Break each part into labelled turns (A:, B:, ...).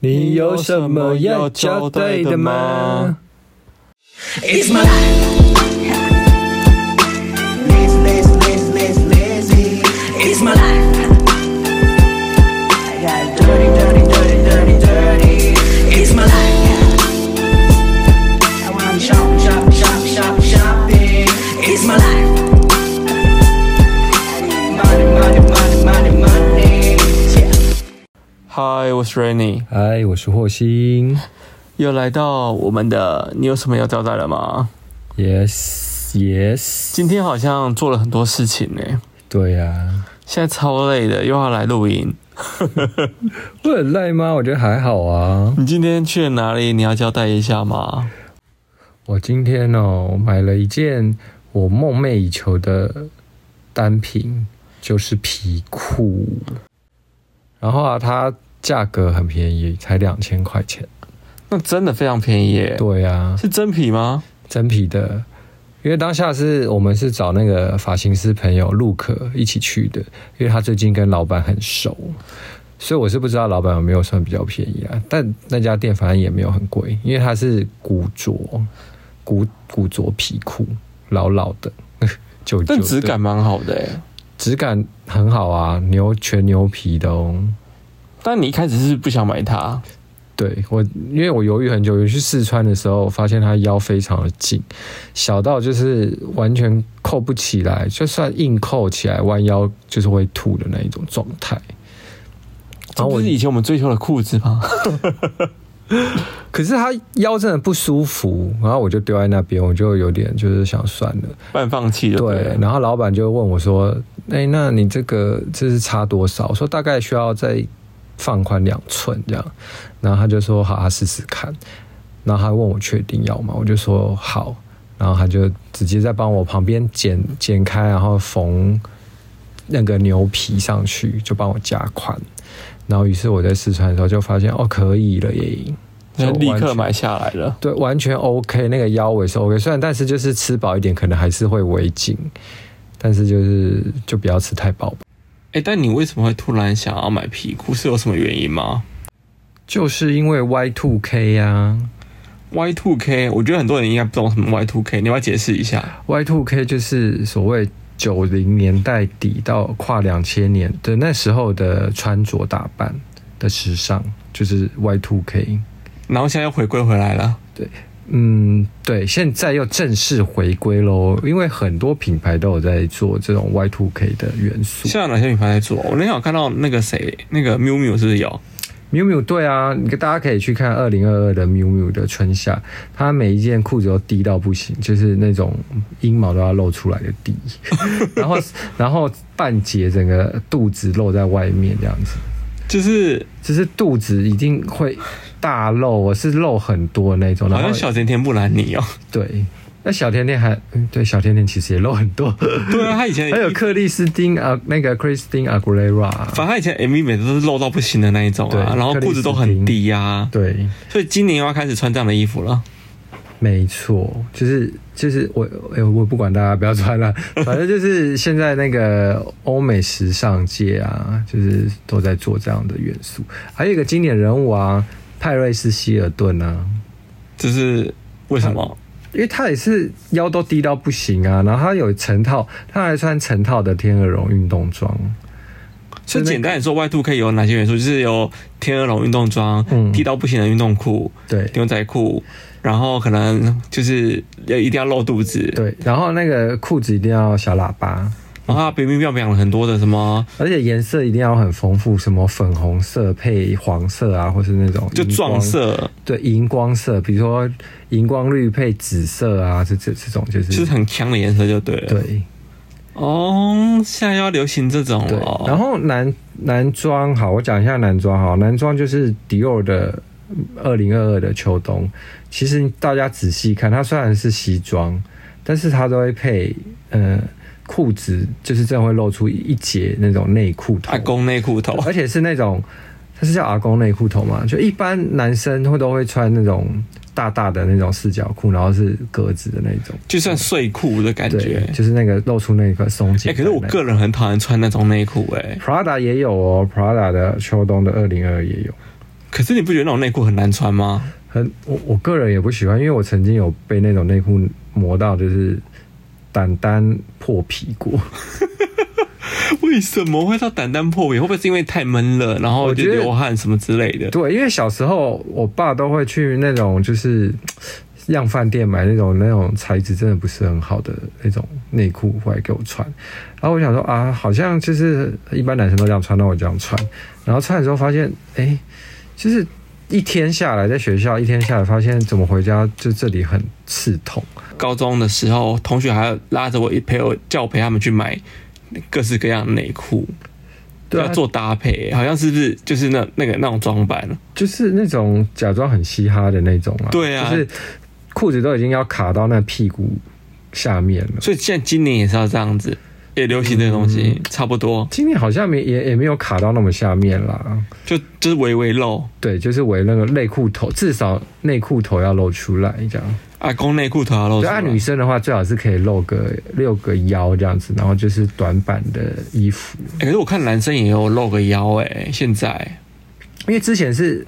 A: 你有什么要交代的吗？
B: It's my life. Lazy, lazy, lazy, lazy, lazy. It's my life. I got dirty, dirty, dirty, dirty, dirty. It's my life. I wanna shop, shop, shop, shop, shopping. It's my life. I need money, money, money, money, money. Yeah.
C: 嗨，我是 Rainy，
A: 嗨，我是霍星
C: 又来到我们的你有什么要交代了吗？
A: ，Yes Yes，
C: 今天好像做了很多事情呢、
A: 对呀、啊，
C: 现在超累的，又要来录音。
A: 我很累吗？我觉得还好啊。
C: 你今天去了哪里？你要交代一下吗？
A: 我今天哦，买了一件我梦寐以求的单品，就是皮裤。然后啊，它价格很便宜，才两千块钱。
C: 那真的非常便宜耶、
A: 对呀、啊，
C: 是真皮吗？
A: 真皮的。因为当下是我们是找那个发型师朋友陆可一起去的，因为他最近跟老板很熟，所以我是不知道老板有没有算比较便宜啊。但那家店反正也没有很贵，因为它是古着古古着皮裤，老老的， 旧旧
C: 但
A: 的，
C: 质感蛮好的、欸。
A: 质感很好啊，牛全牛皮的哦。
C: 但你一开始是不想买它，
A: 对我，因为我犹豫很久，有去试穿的时候，发现它腰非常的紧，小到就是完全扣不起来，就算硬扣起来，弯腰就是会吐的那一种状态。
C: 这
A: 然后
C: 不
A: 我
C: 是，以前我们追求的裤子吗？
A: 可是它腰真的不舒服，然后我就丢在那边，我就有点就是想算了。
C: 半放弃就对
A: 对
C: 了，。
A: 然后老板就问我说：“哎、那你这个这是差多少？”我说大概需要再放宽两寸这样。然后他就说：“好，他试试看。”然后他问我确定要吗？我就说好。然后他就直接在帮我旁边剪剪开，然后缝那个牛皮上去，就帮我加宽。然后于是我在试穿的时候就发现哦，可以了耶！
C: 那
A: 就
C: 立
A: 完
C: 刻
A: 全
C: 买下来了。
A: 对，完全 OK，那个腰围是 OK，虽然但是就是吃饱一点，可能还是会围紧，但是就是就不要吃太饱吧。
C: 哎、但你为什么会突然想要买皮裤？是有什么原因吗
A: 就是因为 Y two K 啊呀、
C: ？Y two K，我觉得很多人应该不懂什么 Y two K，你要不要解释一下。
A: y two K 就是所谓九零年代底到跨两千年的那时候的穿着打扮的时尚，就是 Y two K。
C: 然后现在又回归回来了。
A: 嗯，对，现在又正式回归喽，因为很多品牌都有在做这种 Y two K 的元素。
C: 现在有哪些品牌在做？我那天有看到那个谁，那个 miu miu 是不是有？
A: miu miu 对啊，你大家可以去看二零二二的 miu miu 的春夏，它每一件裤子都低到不行，就是那种阴毛都要露出来的 低，然后然后半截整个肚子露在外面这样子，
C: 就是
A: 只是肚子一定会大露，我是露很多那种，
C: 好
A: 然
C: 像
A: 后
C: 小甜甜布兰 妮哦。
A: 对。那小甜甜还嗯对小甜甜其实也露很多，
C: 对啊，她以前
A: 还有克里斯汀啊那个 Christine Aguilera，
C: 反正她以前 MV 每次都是露到不行的那一种
A: 对
C: 啊，然后裤子都很低呀、啊，
A: 对，
C: 所以今年又要开始穿这样的衣服了。
A: 没错，就是就是我哎、我不管大家不要穿了，反正就是现在那个欧美时尚界啊，就是都在做这样的元素。还有一个经典人物啊，派瑞斯希尔顿啊，
C: 就是为什么？
A: 因为他也是腰都低到不行啊，然后他有成套，他还穿成套的天鹅绒运动装，
C: 所以简单来说，Y two K 有哪些元素？就是有天鹅绒运动装、
A: 嗯
C: 低到不行的运动裤、
A: 对
C: 牛仔裤，然后可能就是要一定要露肚子，
A: 对，然后那个裤子一定要小喇叭，
C: 然后它冰冰冰冰了很多的什么，
A: 而且颜色一定要很丰富，什么粉红色配黄色啊，或是那种
C: 就
A: 荧
C: 撞
A: 光
C: 色，
A: 对荧光色，比如说荧光绿配紫色啊，这这这种就是、
C: 就是很强的颜色就对了。
A: 对
C: 哦，现在要流行这种
A: 对。
C: 哦。
A: 然后男男装好，我讲一下男装好，男装就是迪奥的嗯二零二二的秋冬。其实大家仔细看，它虽然是西装，但是它都会配呃裤子，就是这样会露出一截那种内裤头
C: 阿，公内裤头，
A: 而且是那种它是叫阿公内裤头嘛，就一般男生会都会穿那种。大大的那种四角裤，然后是格子的那种，
C: 就算睡裤的感
A: 对
C: 觉，。
A: 就是那个露出那个松
C: 哎、
A: 紧带
C: 可
A: 那
C: 是
A: 个。
C: 我个人很讨厌穿那种内裤，哎，
A: Prada 也有哦，Prada 的秋冬的二零二也有，
C: 可是你不觉得那种内裤很难穿吗？
A: 很我我个人也不喜欢，因为我曾经有被那种内裤磨到就是胆丹破皮过。
C: 为什么会到胆蛋破皮？会不会是因为太闷了，然后
A: 我
C: 就
A: 觉得
C: 流汗什么之类的？
A: 对，因为小时候我爸都会去那种就是样饭店买那种那种材质真的不是很好的那种内裤回来给我穿，然后我想说啊，好像就是一般男生都这样穿，那我这样穿，然后穿的时候发现，哎、就是一天下来在学校一天下来发现怎么回家就这里很刺痛，
C: 高中的时候，同学还拉着我一陪我叫我陪他们去买各式各样的内裤，
A: 对
C: 要
A: 啊，
C: 做搭配，好像是不是就是那那个那种装扮？
A: 就是那种假装很嘻哈的那种啊，
C: 对啊
A: 就是裤子都已经要卡到那屁股下面了。
C: 所以现在今年也是要这样子，也流行这个东西，差不多
A: 今年好像没也也没有卡到那么下面啦，
C: 就就是微微露。
A: 对，就是围那个内裤头，至少内裤头要露出来这样。
C: 阿公啊内裤头要露出
A: 就
C: 来，
A: 按女生的话，最好是可以露个六个腰这样子，然后就是短版的衣服，
C: 欸可是我看男生也有露个腰哎、现在
A: 因为之前是。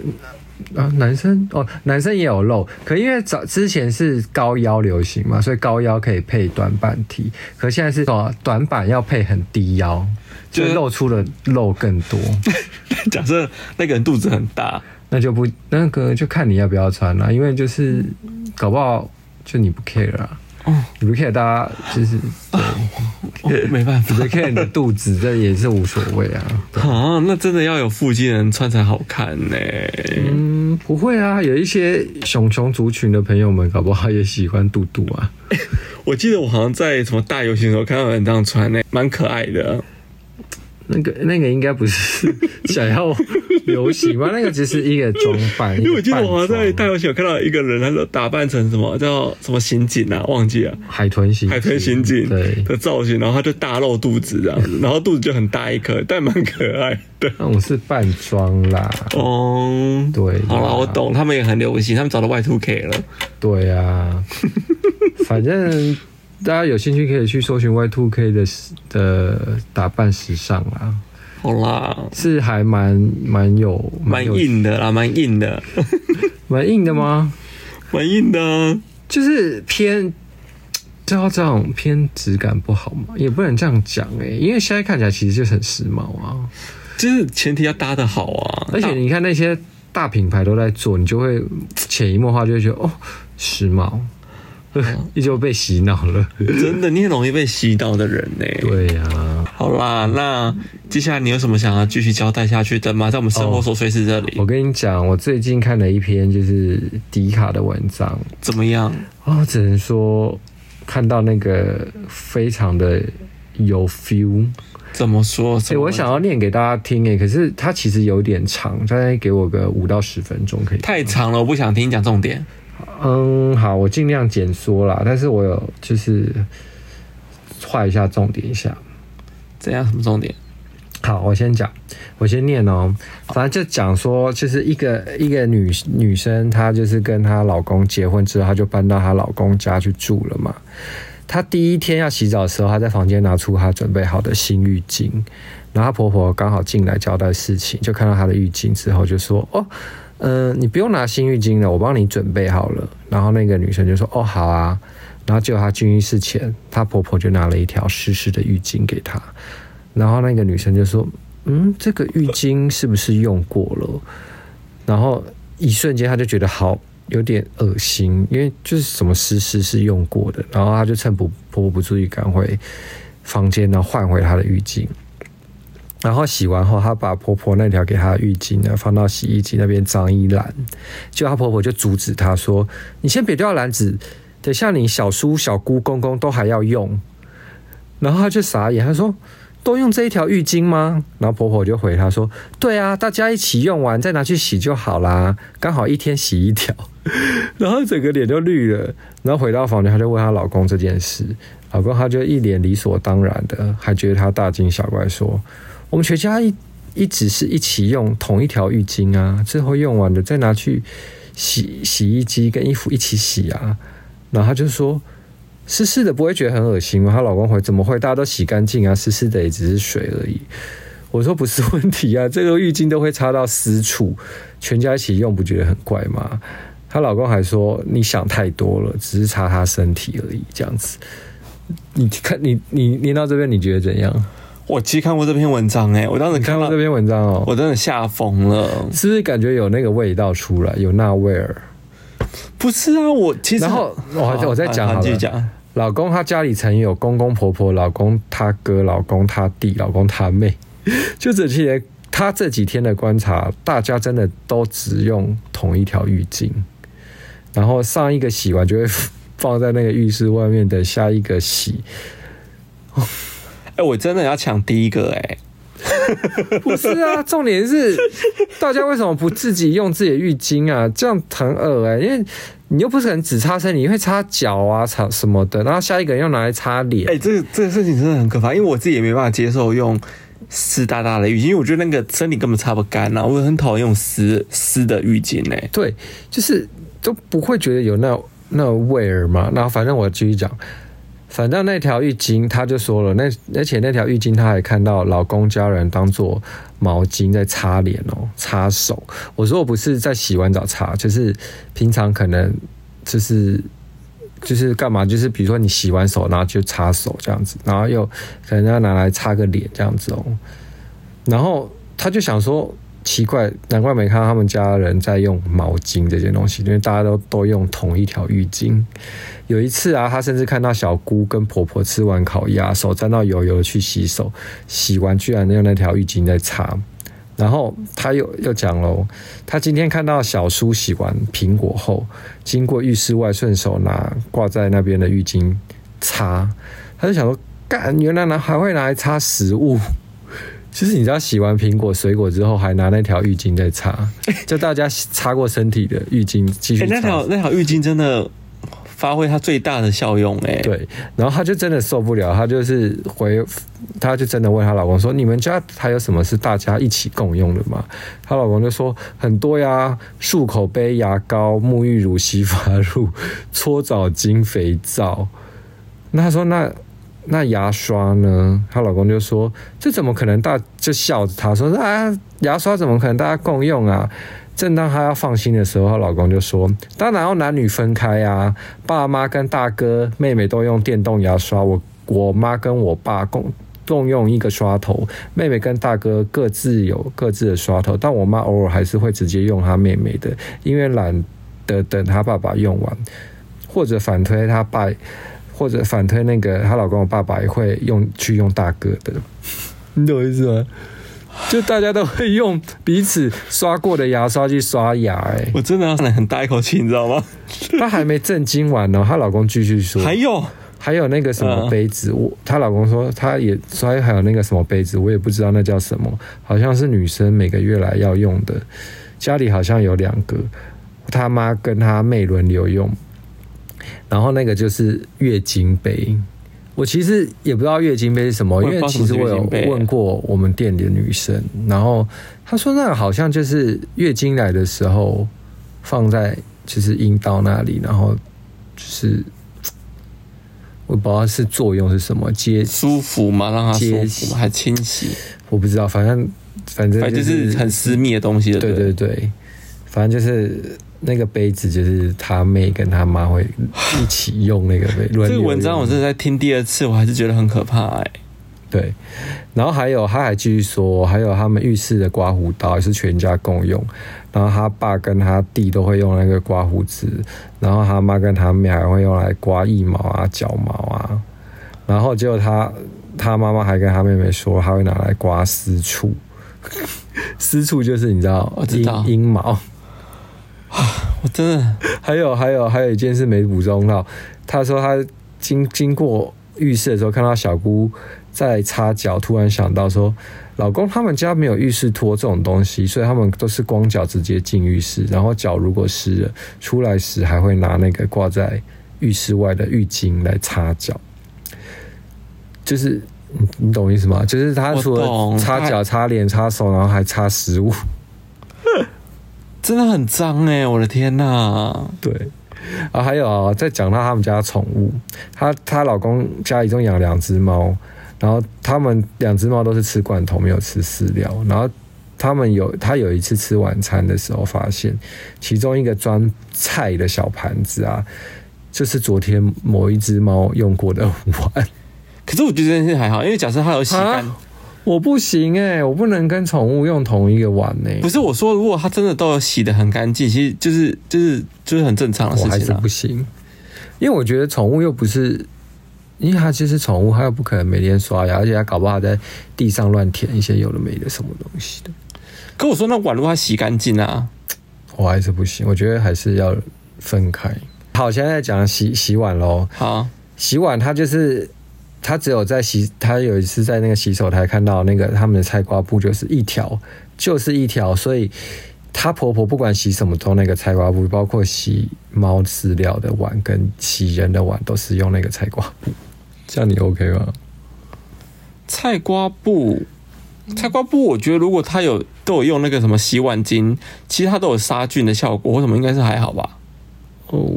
A: 啊，男生哦，男生也有露，可因为早之前是高腰流行嘛，所以高腰可以配短版 T，可现在是什么短版要配很低腰，
C: 就
A: 就是露出的肉更多，
C: 假设那个人肚子很大，
A: 那就不那个就看你要不要穿啊啦、因为就是搞不好就你不 care 啊，
C: 哦
A: 你不 care 大家就是
C: 哦 没办法
A: 你不 care 你的肚子，这也是无所谓啊。
C: 啊，那真的要有腹肌的人穿才好看呢、
A: 嗯，不会啊，有一些熊熊族群的朋友们，搞不好也喜欢肚肚啊。
C: 我记得我好像在什么大游行的时候看到有人这样穿呢、蛮可爱的。
A: 那个那个应该不是 想要流行吧？那个只是一个装扮，因
C: 因为我记得我好像在大游行有看到一个人，他说打扮成什么叫什么刑警啊，忘记了。
A: 海豚型
C: 海豚刑警
A: 对，
C: 的造型，然后他就大露肚子这样子，然后肚子就很大一颗，但蛮可爱的。
A: 那种是扮装啦。
C: 哦，
A: 对
C: 好了，我懂，他们也很流行，他们找到 Y Two K 了。
A: 对 啊，反正大家有兴趣可以去搜寻 Y Two K 的时的打扮时尚啦，
C: 好啦，
A: 是还蛮蛮有
C: 蛮
A: 有
C: 硬的啦，蛮硬的，
A: 蛮硬的吗？
C: 蛮硬的啊。
A: 就是偏。知道这种偏质感不好吗？也不能这样讲哎、因为现在看起来其实就是很时髦啊。
C: 就是前提要搭的好啊，
A: 而且你看那些大品牌都在做，你就会潜移默化就会觉得哦，时髦，依旧被洗脑了。
C: 搭真的你很容易被吸到的人呢、
A: 对呀、啊。
C: 好啦，那接下来你有什么想要继续交代下去的吗？在我们生活所随事这里、
A: 我跟你讲，我最近看了一篇就是迪卡的文章
C: 怎么样？
A: 啊、我只能说看到那个非常的有 feel。
C: 怎么说？什
A: 哎、
C: 么
A: 我想要念给大家听哎、可是它其实有点长，大概给我个五到十分钟可以。
C: 太长了，我不想听你讲重点。
A: 嗯，好，我尽量简缩啦，但是我有就是画一下重点一下。
C: 怎样？什么重点？
A: 好，我先讲，我先念哦。反正就讲说，就是一个一个女女生，她就是跟她老公结婚之后，她就搬到她老公家去住了嘛。她第一天要洗澡的时候，她在房间拿出她准备好的新浴巾，然后她婆婆刚好进来交代事情，就看到她的浴巾之后就说：“哦，嗯，你不用拿新浴巾了，我帮你准备好了。”然后那个女生就说：“哦，好啊。”然后结果她进浴室前，她婆婆就拿了一条湿湿的浴巾给她。然后那个女生就说：“嗯，这个浴巾是不是用过了？”然后一瞬间她就觉得好有点恶心，因为就是什么湿湿是用过的，然后她就趁婆婆婆不注意赶回房间，然后换回她的浴巾。然后洗完后，她把婆婆那条给她的浴巾呢放到洗衣机那边脏衣篮，就她婆婆就阻止她说：“你先别掉篮子，等下你小叔、小姑、公公都还要用。”然后她就傻眼，她说：“都用这一条浴巾吗？”然后婆婆就回她说：“对啊，大家一起用完再拿去洗就好啦，刚好一天洗一条。” 然后整个脸就绿了。然后回到房间，她就问她老公这件事，老公他就一脸理所当然的，还觉得她大惊小怪，说：“我们全家一一直是一起用同一条浴巾啊，最后用完的再拿去洗洗衣机跟衣服一起洗啊。”然后她就说。湿湿的不会觉得很恶心吗？她老公回怎么会？大家都洗干净啊，湿湿的也只是水而已。我说不是问题啊，这个浴巾都会擦到私处，全家一起用不觉得很怪吗？她老公还说你想太多了，只是擦她身体而已，这样子。你看你你念到这边，你觉得怎样？
C: 我其实看过这篇文章、哎，我当时
A: 你看
C: 看
A: 过
C: 到
A: 这篇文章哦，
C: 我真的吓疯了。
A: 是不是感觉有那个味道出来，有那味儿？
C: 不是啊，我其实
A: 然后我还
C: 好
A: 我再讲好了
C: 好继续讲。
A: 老公他家里曾有公公婆婆、老公他哥、老公他弟、老公他妹， 就这些。他这几天的观察，大家真的都只用同一条浴巾，然后上一个洗完就会放在那个浴室外面等下一个洗。
C: 哎、我真的要抢第一个哎、
A: 不是啊，重点是大家为什么不自己用自己的浴巾啊？这样很恶哎、因为你又不是很只擦身体，你会擦脚啊、擦什么的，然后下一个人又拿来擦脸。
C: 哎、这个这个事情真的很可怕，因为我自己也没办法接受用湿哒哒的浴巾，因为我觉得那个身体根本擦不干啊，我很讨厌用湿湿的浴巾哎、
A: 对，就是都不会觉得有那那味儿嘛。然后反正我继续讲，反正那条浴巾他就说了，那而且那条浴巾他还看到老公家人当做毛巾在擦脸哦，擦手。我说我不是在洗完澡擦，就是平常可能就是。就是干嘛？就是比如说你洗完手，然后就擦手这样子，然后又可能要拿来擦个脸这样子哦。然后他就想说，奇怪，难怪没看到他们家人在用毛巾这件东西，因为大家都都用同一条浴巾。有一次啊，他甚至看到小姑跟婆婆吃完烤鸭，手沾到油油去洗手，洗完居然用那条浴巾在擦。然后他又又讲喽，他今天看到小叔洗完苹果后，经过浴室外，顺手拿挂在那边的浴巾擦，他就想说，干，原来拿还会拿来擦食物。其实你知道，洗完苹果、水果之后，还拿那条浴巾在擦，就大家擦过身体的浴巾继续
C: 哎、
A: 擦。
C: 那条那条浴巾真的发挥它最大的效用哎、
A: 对，然后她就真的受不了，她就是回，她就真的问她老公说：“你们家还有什么是大家一起共用的吗？”她老公就说：“很多呀，漱口杯、牙膏、沐浴乳、洗发露、搓澡巾、肥皂。”那她说：“那那牙刷呢？”她老公就说：“这怎么可能大？”就笑着她说：“啊，牙刷怎么可能大家共用啊？”正当她要放心的时候，她老公就说：“当然要男女分开啊，爸妈跟大哥妹妹都用电动牙刷，我我妈跟我爸共共用一个刷头，妹妹跟大哥各自有各自的刷头，但我妈偶尔还是会直接用她妹妹的，因为懒得等她爸爸用完，或者反推她爸，或者反推那个她老公的爸爸也会用去用大哥的，你懂我意思吗？就大家都会用彼此刷过的牙刷去刷牙、欸，
C: 我真的要叹很大一口气，你知道吗？
A: 她还没震惊完呢，她老公继续说，
C: 还有，
A: 还有那个什么杯子，
C: 嗯
A: 我她老公说她也说还有那个什么杯子，我也不知道那叫什么，好像是女生每个月来要用的，家里好像有两个，他妈跟他妹轮流用，然后那个就是月经杯。我其实也不知道月经杯是什么，
C: 我
A: 因
C: 也
A: 为
C: 不知道
A: 其实
C: 什
A: 我
C: 么是月
A: 有
C: 经杯
A: 问过我们店里的女生，然后她说那个好像就是月经来的时候放在就是阴道那里，然后就是我不知道是作用是什么，接
C: 舒服吗？让它舒
A: 接
C: 服吗？还清洗，
A: 我不知道，反正反正、
C: 反正就是很私密的东西了。
A: 对
C: 不
A: 对对，反正就是那个杯子，就是他妹跟他妈会一起用那个杯。轮
C: 这
A: 流
C: 个文章
A: 用
C: 我真的在听第二次，我还是觉得很可怕哎、
A: 对，然后还有他还继续说，还有他们浴室的刮胡刀也是全家共用，然后他爸跟他弟都会用那个刮胡子，然后他妈跟他妹还会用来刮腋毛啊、脚毛啊，然后结果他他妈妈还跟他妹妹说，他会拿来刮私处，私处就是你知道
C: 我知道
A: 阴阴毛。
C: 我真的
A: 还有还有还有一件事没补充到，他说他经经过浴室的时候，看到小姑在擦脚，突然想到说，老公他们家没有浴室拖这种东西，所以他们都是光脚直接进浴室，然后脚如果湿了，出来时还会拿那个挂在浴室外的浴巾来擦脚，就是。你你懂我意思吗？就是他
C: 我
A: 除了
C: 懂
A: 擦
C: 他
A: 脚、擦脸、擦手，然后还擦食物。
C: 真的很脏哎、我的天呐、
A: 对，啊，还有啊，再讲到他们家宠物，她她老公家里总养两只猫，然后他们两只猫都是吃罐头，没有吃饲料。然后他们有他有一次吃晚餐的时候，发现其中一个装菜的小盘子啊，就是昨天某一只猫用过的碗。
C: 可是我觉得这件事还好，因为假设它有洗干，
A: 啊我不行哎、我不能跟宠物用同一个碗欸呢、
C: 不是我说，如果它真的都有洗的很干净，其实就是就是就是很正常的
A: 我还
C: 事
A: 是
C: 情啊
A: 不。行，因为我觉得宠物又不是，因为它其实宠物，它又不可能每天刷牙，而且它搞不好在地上乱舔一些有的没的什么东西的，
C: 可我说那碗如果它洗干净啊，
A: 我还是不行。我觉得还是要分开。好，现在讲洗洗碗喽。
C: 好，
A: 洗碗它就是它只有在洗，它有一次在那个洗手台看到那个他们的菜瓜布就是一条，就是一条，所以她婆婆不管洗什么都那个菜瓜布，包括洗猫饲料的碗跟洗人的碗都是用那个菜瓜布。这样你 OK 吗？
C: 菜瓜布，菜瓜布，我觉得如果它有都有用那个什么洗碗巾，其实它都有杀菌的效果或什么，应该是还好吧？
A: 哦，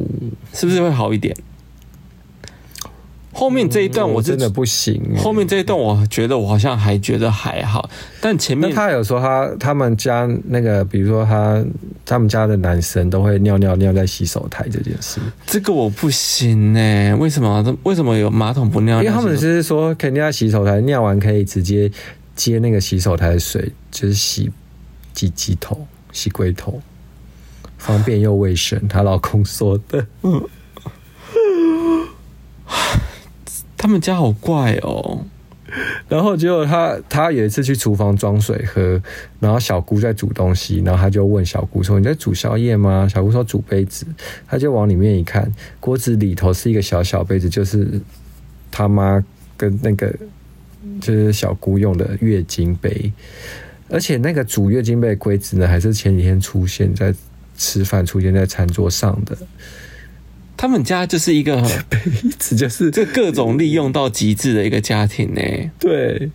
C: 是不是会好一点？后面这一段我是
A: 嗯真的不行欸。
C: 后面这一段，我觉得我好像还觉得还好，但前
A: 那
C: 面
A: 他有说他他们家那个，比如说他他们家的男生都会尿尿尿在洗手台这件事，
C: 这个我不行呢、为什么？这为什么有马桶不尿
A: 因
C: 尿？
A: 为他们是说肯定在洗手台尿完可以直接接那个洗手台的水，就是洗鸡鸡头、洗龟头，方便又卫生。她老公说的，
C: 他们家好怪哦、
A: 然后结果她她有一次去厨房装水喝，然后小姑在煮东西，然后她就问小姑说：“你在煮宵夜吗？”小姑说：“煮杯子。”她就往里面一看，锅子里头是一个小小杯子，就是他妈跟那个就是小姑用的月经杯，而且那个煮月经杯的规则呢，还是前几天出现在吃饭出现在餐桌上的，
C: 他们家就是一个
A: 一直就是
C: 这各种利用到极致的一个家庭欸呢、
A: 对，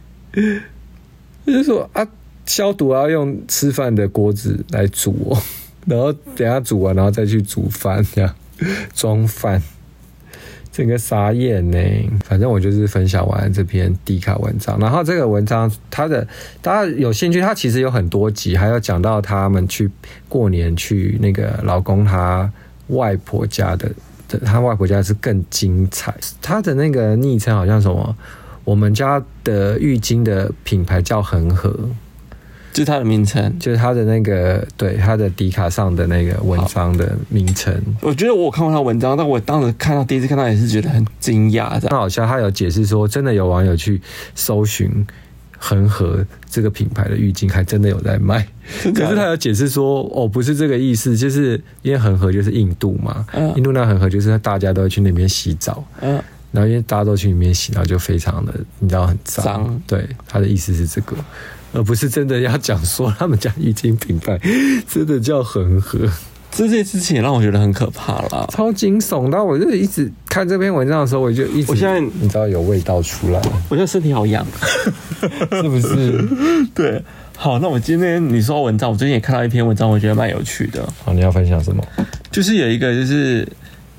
A: 我就说啊，消毒要用吃饭的锅子来煮哦， 然后等下煮完，然后再去煮饭这样装饭，整个傻眼呢。反正我就是分享完这篇低卡文章，然后这个文章它的大家有兴趣，它其实有很多集，还有讲到他们去过年去那个老公他外婆家的。的他外婆家是更精彩，他的那个昵称好像什么我们家的浴巾的品牌叫恒河，
C: 就是它的名称。
A: 就是它的那个对它的迪卡上的那个文章的名称。
C: 我觉得我有看过他的文章，但我当时看到第一次看到也是觉得很惊讶的
A: 那。好像他有解释说，真的有网友去搜寻恒河这个品牌的浴巾，还真的有在卖。可是他有解释说，哦，不是这个意思，就是因为恒河就是印度嘛，
C: 嗯
A: 印度那恒河就是大家都会去那边洗澡，
C: 嗯，
A: 然后因为大家都去里面洗，然后就非常的，你知道很脏。
C: 脏
A: 对，他的意思是这个，而不是真的要讲说他们家浴巾品牌 真的叫恒河，
C: 这件事情也让我觉得很可怕啦。
A: 超惊悚。然后我就一直看这篇文章的时候，我就一直，
C: 我现在
A: 你知道有味道出来，
C: 我现在身体好痒。
A: 是不 是？
C: 对，好，那我今天你说到文章，我最近也看到一篇文章，我觉得蛮有趣的，
A: 好，哦你要分享什么？
C: 就是有一个就是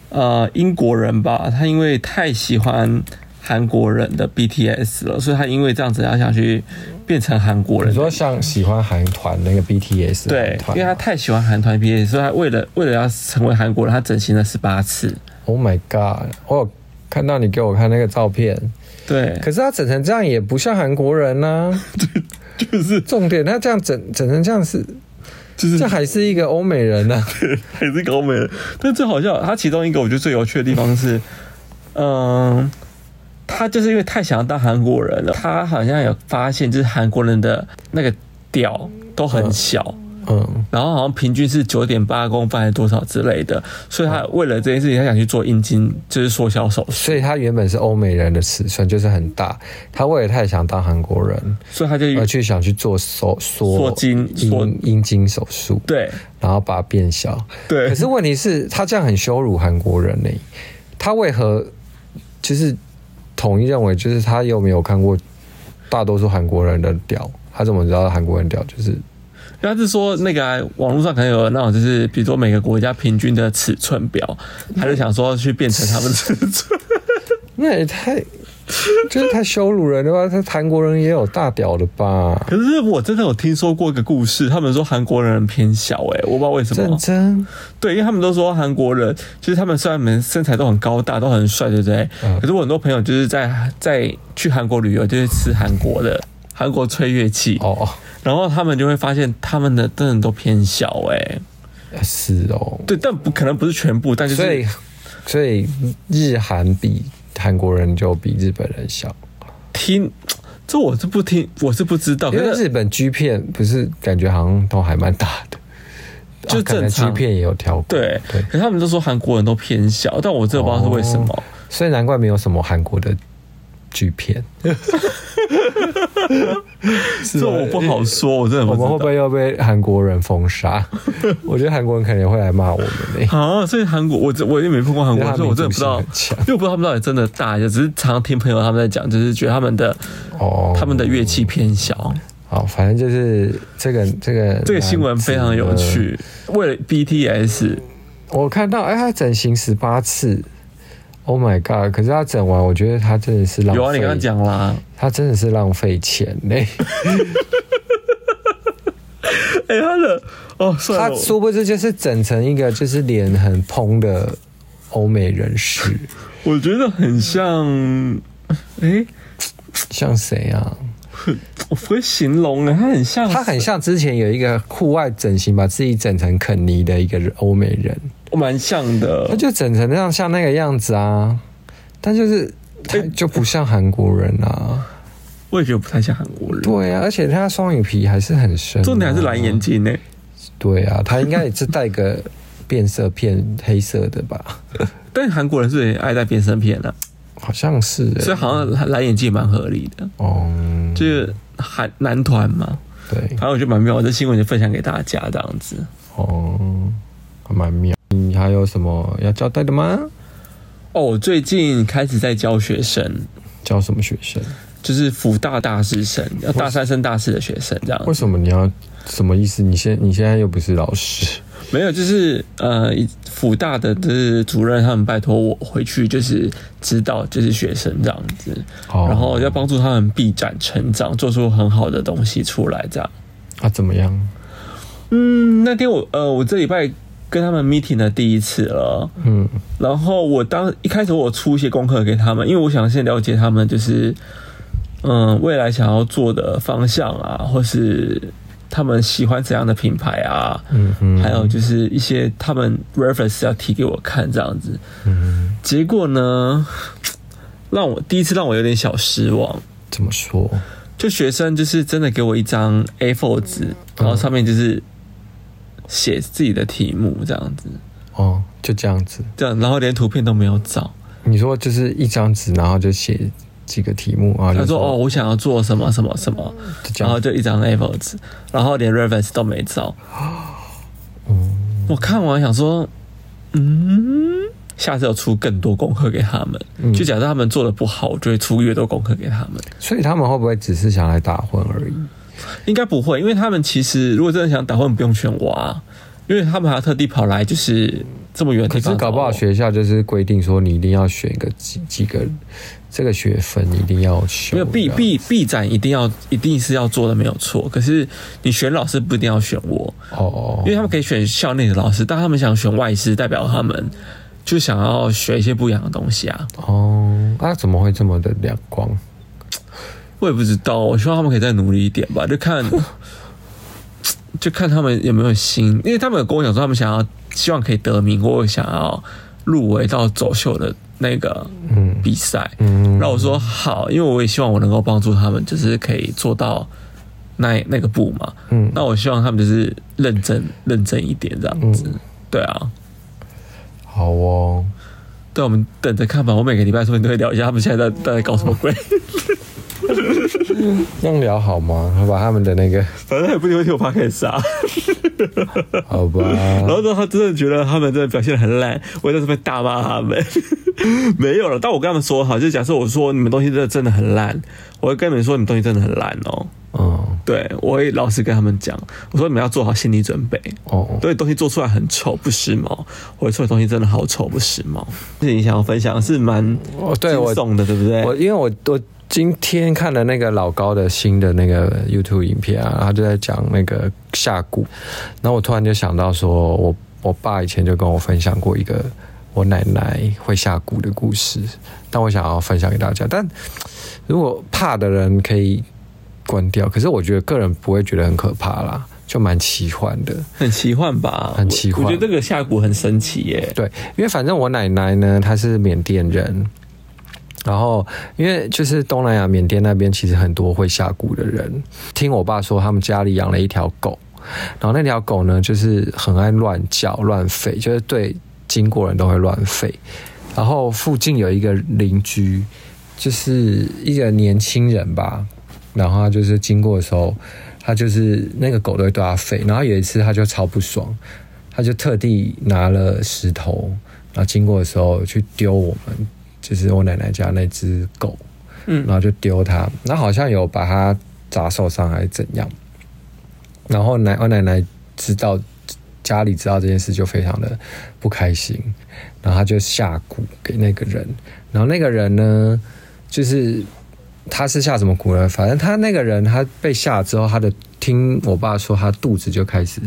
C: 呃英国人吧，他因为太喜欢韩国人的 BTS 了，所以他因为这样子，他想去变成韩国人
A: 你。说像喜欢韩团那个 BTS
C: 对
A: 韩，团
C: 因为他太喜欢韩团 BTS，所以他为了为了要成为韩国人，他整形了十八次。
A: ，Oh my God，我有看到你给我看那个照片，
C: 对，
A: 可是他整成这样也不像韩国人呐、
C: 就是
A: 重点，他这样整整成这样是，
C: 就是
A: 这还是一个欧美人呐、啊
C: 还是搞美了。但最好笑，他其中一个我觉得最有趣的地方是，嗯，他就是因为太想要当韩国人了，他好像有发现，就是韩国人的那个屌都很小。
A: 嗯，
C: 然后好像平均是九点八公分还是多少之类的，所以他
A: 嗯
C: 为了这件事情，他想去做阴茎，就是缩小手术，
A: 所以他原本是欧美人的尺寸，就是很大。他为了太想当韩国人，
C: 所以他就
A: 而去想去做手缩
C: 嗯缩精缩
A: 阴阴茎手术，
C: 对
A: 然后把它变 小。
C: 对，
A: 可是问题是，他这样很羞辱韩国人呢、他为何就是统一认为，就是他又没有看过大多数韩国人的屌，他怎么知道韩国人屌就是
C: 他是说那个啊、网络上可能有那种，就是比如说每个国家平均的尺寸表，他就想说去变成他们的尺寸，
A: 那也太就是太羞辱人的话，他韩国人也有大屌的吧？
C: 可是我真的有听说过一个故事，他们说韩国人偏小、欸，哎，我不知道 为什么
A: 认。真，
C: 对，因为他们都说韩国人，就是他们虽然们身材都很高大，都很帅，对不对？
A: 嗯
C: 可是我很多朋友就是在在去韩国旅游，就是吃韩国的韩国吹乐器，
A: 哦哦，
C: 然后他们就会发现他们的真的都偏小、哎，
A: 是哦，
C: 对，但不可能不是全部，但就是
A: 所以所以日韩比韩国人就比日本人小，
C: 听，这我是不听，我是不知道。
A: 因为
C: 可是
A: 日本 G 片不是感觉好像都还蛮大的，
C: 就
A: 啊可能
C: 正常
A: G 片也有挑过，
C: 对，
A: 对，
C: 可是他们都说韩国人都偏小，但我真的不知道是为什么。
A: 哦所以难怪没有什么韩国的 G 片，
C: 这我不好说，我真的不
A: 我
C: 知
A: 们
C: 道。
A: 会不会又被韩国人封 杀？我觉得韩国人肯定会来骂我们诶、
C: 啊？所以韩国，我真我也没碰过韩国人，
A: 因
C: 所以
A: 为
C: 我
A: 他
C: 真的
A: 们
C: 不知道
A: 啊民族性很强，
C: 因为我不知道他们到底真的大小，只是常常听朋友他们在讲，就是觉得他们的
A: 哦，
C: 他们的乐器偏小。
A: 好，反正就是这个这个
C: 这个新闻非常有。
A: 啊
C: 趣。为了 BTS，
A: 我看到，哎、他整形十八次，Oh my god！可是他整完，我觉得他真的是浪费。
C: 有啊，你刚刚，讲啦。
A: 他真的是浪费钱 呢、
C: 哎，他的哦，算
A: 他
C: 了，
A: 殊不知就是整成一个就是脸很蓬的欧美人士，
C: 我觉得很像，哎，
A: 像谁啊？
C: 我不会形容啊，他很像，
A: 他很像之前有一个户外整形，把自己整成肯尼的一个人欧美人，
C: 蛮像的
A: 他。就整成那样像那个样子啊，但就是他
C: 哎
A: 就不像韩国人啊。
C: 我也觉得不太像韩国人。
A: 对啊，而且他双眼皮还是很深、啊
C: 重点还是蓝眼。睛呢、
A: 对啊，他应该也是戴个变色片，黑色的 吧？
C: 但韩国人是也爱戴变身片的、啊，
A: 好像是、
C: 所
A: 欸。
C: 以好像蓝蓝眼睛也蛮合理的，
A: 哦，
C: 就是韩男团嘛。
A: 对，
C: 反正我觉得蛮妙的，这新闻就分享给大家这样子。
A: 哦，还蛮妙。你还有什么要交代的吗？
C: 哦，我最近开始在教学生，
A: 教什么学生？
C: 就是辅大大四生，要大三升大四的学生这样
A: 为。什么你要？什么意思？你现你现在又不是老师，
C: 没有，就是呃，辅大的就是主任他们拜托我回去，就是指导就是学生这样子，
A: 哦
C: 然后要帮助他们臂展成长，做出很好的东西出来这样。
A: 啊？怎么样？
C: 嗯，那天我呃，我这礼拜跟他们 meeting 的第一次了。
A: 嗯，
C: 然后我当一开始我有出一些功课给他们，因为我想先了解他们就是嗯未来想要做的方向啊，或是他们喜欢怎样的品牌啊，
A: 嗯嗯，
C: 还有就是一些他们 reference 要提给我看这样子。
A: 嗯，
C: 结果呢，让我第一次让我有点小失望。
A: 怎么说？
C: 就学生就是真的给我一张 A4 纸，
A: 嗯
C: 然后上面就是写自己的题目这样子，
A: 哦，就这样子。
C: 这样，然后连图片都没有找。
A: 你说就是一张纸，然后就写几个题目啊？
C: 他说：“哦，，我想要做什么什么什么，
A: 就这样
C: 然后。就一张 A4 纸，然后连 reference 都没找。”
A: 哦
C: 我看完想说，嗯，下次要出更多功课给他
A: 嗯
C: 们。就假设他们做的不好，我就会出越多功课给他们。
A: 所以他们会不会只是想来打混而已？
C: 应该不会，因为他们其实如果真的想打混，不用选我啊，因为他们还要特地跑来就是这么远的
A: 可
C: 地
A: 是
C: 方找我。
A: 搞不好学校就是规定说，你一定要选个几几个这个学分，你一定要修
C: 没
A: 的。
C: 有必必必展一定要一定是要做的没有错，可是你选老师不一定要选我，
A: 哦
C: 因为他们可以选校内的老师，但他们想选外师，代表他们就想要学一些不一样的东西啊。
A: 哦，那、怎么会这么的亮光？
C: 我也不知道，我希望他们可以再努力一点吧，就看就看他们有没有心，因为他们有跟我讲说他们想要希望可以得名或者想要入围到走秀的那个比赛，
A: 嗯
C: 然后我说好，因为我也希望我能够帮助他们，就是可以做到那那个步嘛，
A: 嗯
C: 那我希望他们就是认真认真一点这样
A: 嗯
C: 子，对啊。
A: 好哦，
C: 对，我们等着看吧。我每个礼拜说不定都会聊一下他们现在在在搞什么鬼，
A: 这样聊好吗？我把他们的那 个，
C: 反正他也不一定会听我 p o d c 啊。
A: 好吧，
C: 然后呢，他真的觉得他们真的表现得很烂，我也在这边大骂他们。 没有了，但我跟他们说好，就是假设我说你们东西真的真的很烂，我会跟你们说你们东西真的很烂哦。
A: 嗯，
C: 对我会老实跟他们讲，我说你们要做好心理准备，
A: 哦，
C: 对东西做出来很丑不时髦，或者做的东西真的好丑不时髦。是你想要分享的是蛮
A: 哦，对
C: 惊
A: 我
C: 悚的，对不对？
A: 我因为我我今天看了那个老高的新的那个 YouTube 影片啊，他就在讲那个下蛊，然后我突然就想到说，我我爸以前就跟我分享过一个我奶奶会下蛊的故事，但我想要分享给大家。但如果怕的人可以关掉，可是我觉得个人不会觉得很可怕啦，就蛮奇幻的。
C: 很奇幻吧？
A: 很奇幻
C: 我。我觉得这个下蛊很神奇耶。
A: 对，因为反正我奶奶呢，她是缅甸人，然后因为就是东南亚缅甸那边其实很多会下蛊的人，听我爸说他们家里养了一条狗，然后那条狗呢就是很爱乱叫乱吠，就是对经过人都会乱吠，然后附近有一个邻居，就是一个年轻人吧，然后他就是经过的时候，他就是那个狗都会对他吠，然后有一次他就超不爽，他就特地拿了石头，然后经过的时候去丢我们，就是我奶奶家那只狗，
C: 嗯
A: 然后就丢它，那好像有把它砸受伤还是怎样，然后奶我奶奶知道家里知道这件事就非常的不开心，然后他就下蛊给那个人，然后那个人呢，就是他是下什么蛊呢？反正他那个人他被吓之后，他的听我爸说，他肚子就开始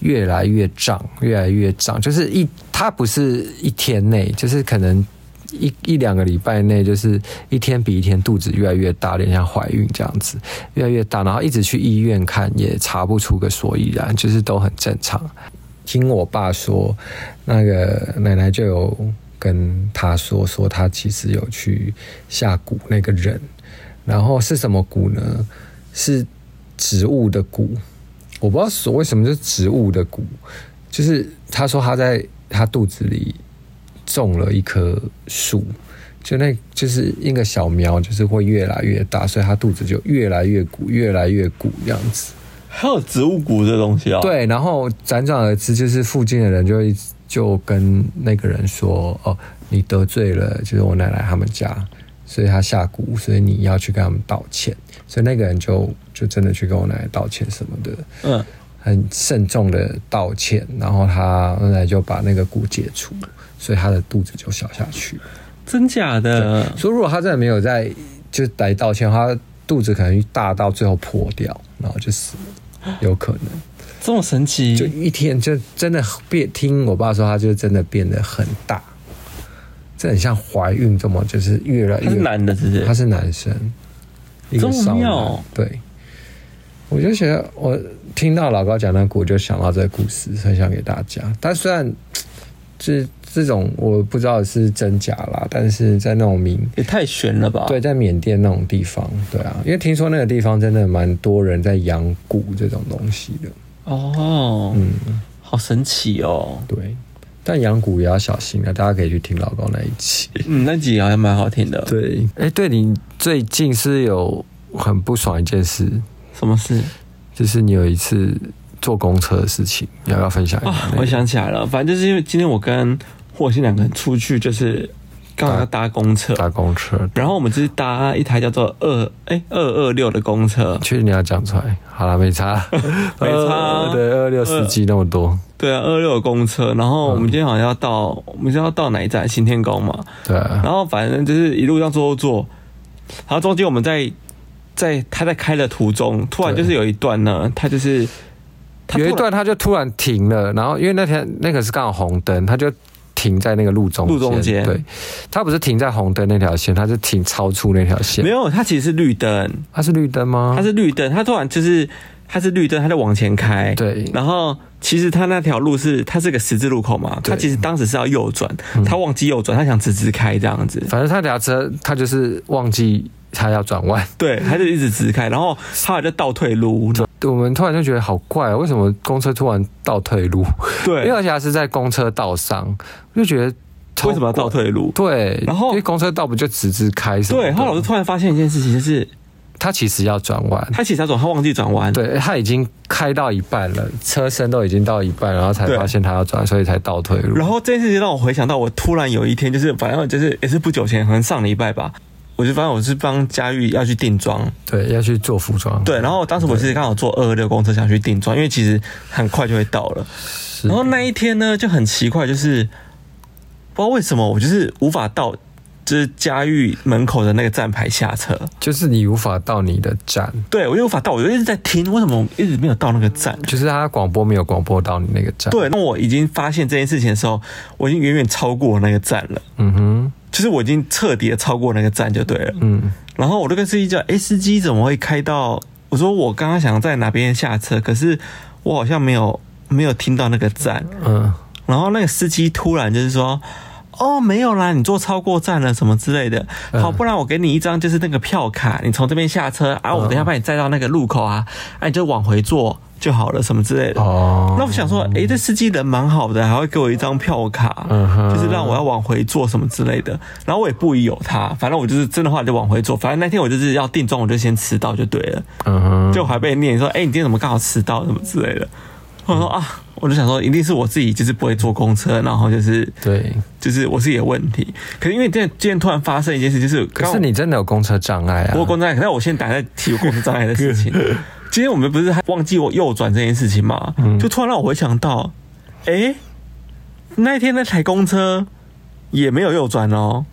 A: 越来越胀，越来越胀，就是一他不是一天内，就是可能。一一两个礼拜内，就是一天比一天肚子越来越大，有点像怀孕这样子，越来越大，然后一直去医院看，也查不出个所以然，就是都很正常。听我爸说，那个奶奶就有跟他说，说他其实有去下蛊那个人，然后是什么蛊呢？是植物的蛊，我不知道所为什么就是植物的蛊，就是他说他在他肚子里种了一棵树，就那就是一个小苗，就是会越来越大，所以他肚子就越来越鼓，越来越鼓这样子。
C: 还有植物蛊这东西哦。，
A: 对，然后辗转而知，就是附近的人就一直就跟那个人说：“哦，你得罪了，就是我奶奶他们家，所以他下蛊，所以你要去跟他们道歉。”所以那个人就就真的去跟我奶奶道歉什么的，
C: 嗯，
A: 很慎重的道歉，然后他后来就把那个蛊解除，所以他的肚子就小下去了。
C: 真假的？
A: 所以如果他真的没有在就来道歉的话，他肚子可能大到最后破掉，然后就死了，有可能。
C: 这么神奇？
A: 就一天就真的变，听我爸说，他就真的变得很大，这很像怀孕这么，就是越来
C: 哎他
A: 越
C: 是男的，是不是？
A: 他是男生，一个
C: 这么
A: 少
C: 妙
A: 男
C: 哦，
A: 对。我就觉得，我听到老高讲那个，我就想到这个故事，分享给大家。但虽然这这种我不知道是真假啦，但是在那种民
C: 也太悬了吧？
A: 对，，在缅甸那种地方，对啊，因为听说那个地方真的蛮多人在养蛊这种东西的，
C: 哦，
A: 嗯。
C: 好神奇哦。
A: 对，但养蛊也要小心啊！大家可以去听老高那一期。啊
C: 嗯，那集好像蛮好听的。，
A: 对，哎、对你最近是有很不爽一件事，
C: 什么事？
A: 就是你有一次坐公车的事情，要不要分享一下、
C: 啊，我想起来了，反正就是因为今天我跟霍星两个人出去，就是刚好要搭公车，
A: 搭公车，
C: 然后我们就是搭一台叫做二哎二二六的公车，
A: 确定你要讲出来？好了，没 差，
C: 没差啊
A: 呃 对，二六司机那么多，
C: 对啊，二六公车。然后我们今天好像要到，我们是要到哪一站？新天宫嘛。
A: 对啊，
C: 然后反正就是一路上坐坐坐，然后中间我们在在他在开的途中，突然
A: 对
C: 就是有一段呢，他就是他
A: 有一
C: 突然
A: 段他就突然停了，然后因为那天那个是刚好红灯，他就停在那个路中
C: 路中间
A: 对，他不是停在红灯那条线，他是停超出那条线
C: 没，有，他其实是绿灯，
A: 他是绿灯吗？
C: 他是绿灯，他突然就是他是绿灯，他在往前开，
A: 对，
C: 然后其实他那条路是它是个十字路口嘛，
A: 对嗯
C: 他其实当时是要右转，他忘记右转，他想直直开这样子，
A: 反正他俩车，他就是忘记他要转弯。
C: 对，他就一直直开，然后他好像就倒退路，
A: 我们突然就觉得好怪、哦，为什么公车突然倒退路？因为
C: 对，
A: 而且还是在公车道上，我就觉得超
C: 为什么要倒退路？
A: 怪？对，
C: 然后
A: 因为公车道不就直直开什么的？
C: 对，后来我就突然发现一件事情，就是
A: 他其实要转弯，
C: 他其实要转，他忘记转弯，
A: 对他已经开到一半了，车身都已经到一半，然后才
C: 对
A: 发现他要转，所以才倒退路。
C: 然后这件事情让我回想到，我突然有一天就是，反正就是也是不久前，可能上礼拜吧，我就发现我是帮佳玉要去定妆，
A: 对，要去做服装，
C: 对，然后当时我其实刚好坐二六公车想去定妆，因为其实很快就会到了。
A: 是，
C: 然后那一天呢就很奇怪，就是不知道为什么我就是无法到，就是嘉裕门口的那个站牌下车。
A: 就是你无法到你的站，
C: 对我又无法到，我就一直在听，为什么我一直没有到那个站？
A: 就是他广播没有广播到你那个站，，
C: 对，那我已经发现这件事情的时候，我已经远远超过那个站了，
A: 嗯哼，
C: 就是我已经彻底的超过那个站就对了。
A: 嗯，
C: 然后我就跟司机讲：“哎，司机怎么会开到？”我说：“我刚刚想在哪边下车，可是我好像没有没有听到那个站。”
A: 嗯，
C: 然后那个司机突然就是说：“哦，没有啦，你坐超过站了什么之类的。好，不然我给你一张就是那个票卡，你从这边下车啊，我等一下帮你载到那个路口啊，啊，你就往回坐就好了，什么之类的。”
A: 哦，
C: 那我想说，诶，这司机人蛮好的，还会给我一张票卡，
A: 嗯哼
C: 就是让我要往回坐什么之类的。然后我也不疑有他，反正我就是真的话就往回坐。反正那天我就是要定妆，我就先迟到就对了。
A: 嗯哼，
C: 就我还被念说，哎、你今天怎么刚好迟到什么之类的。我说啊，我就想说，一定是我自己就是不会坐公车，然后就是
A: 对，
C: 就是我自己的问题。可是因为今天今天突然发生一件事，就是
A: 可
C: 刚
A: 是你真的有公车障碍啊，
C: 我有公车障碍，可是我先打在提我公车障碍的事情。今天我们不是还忘记我右转这件事情嘛？就突然让我回想到，哎、那一天那台公车也没有右转哦，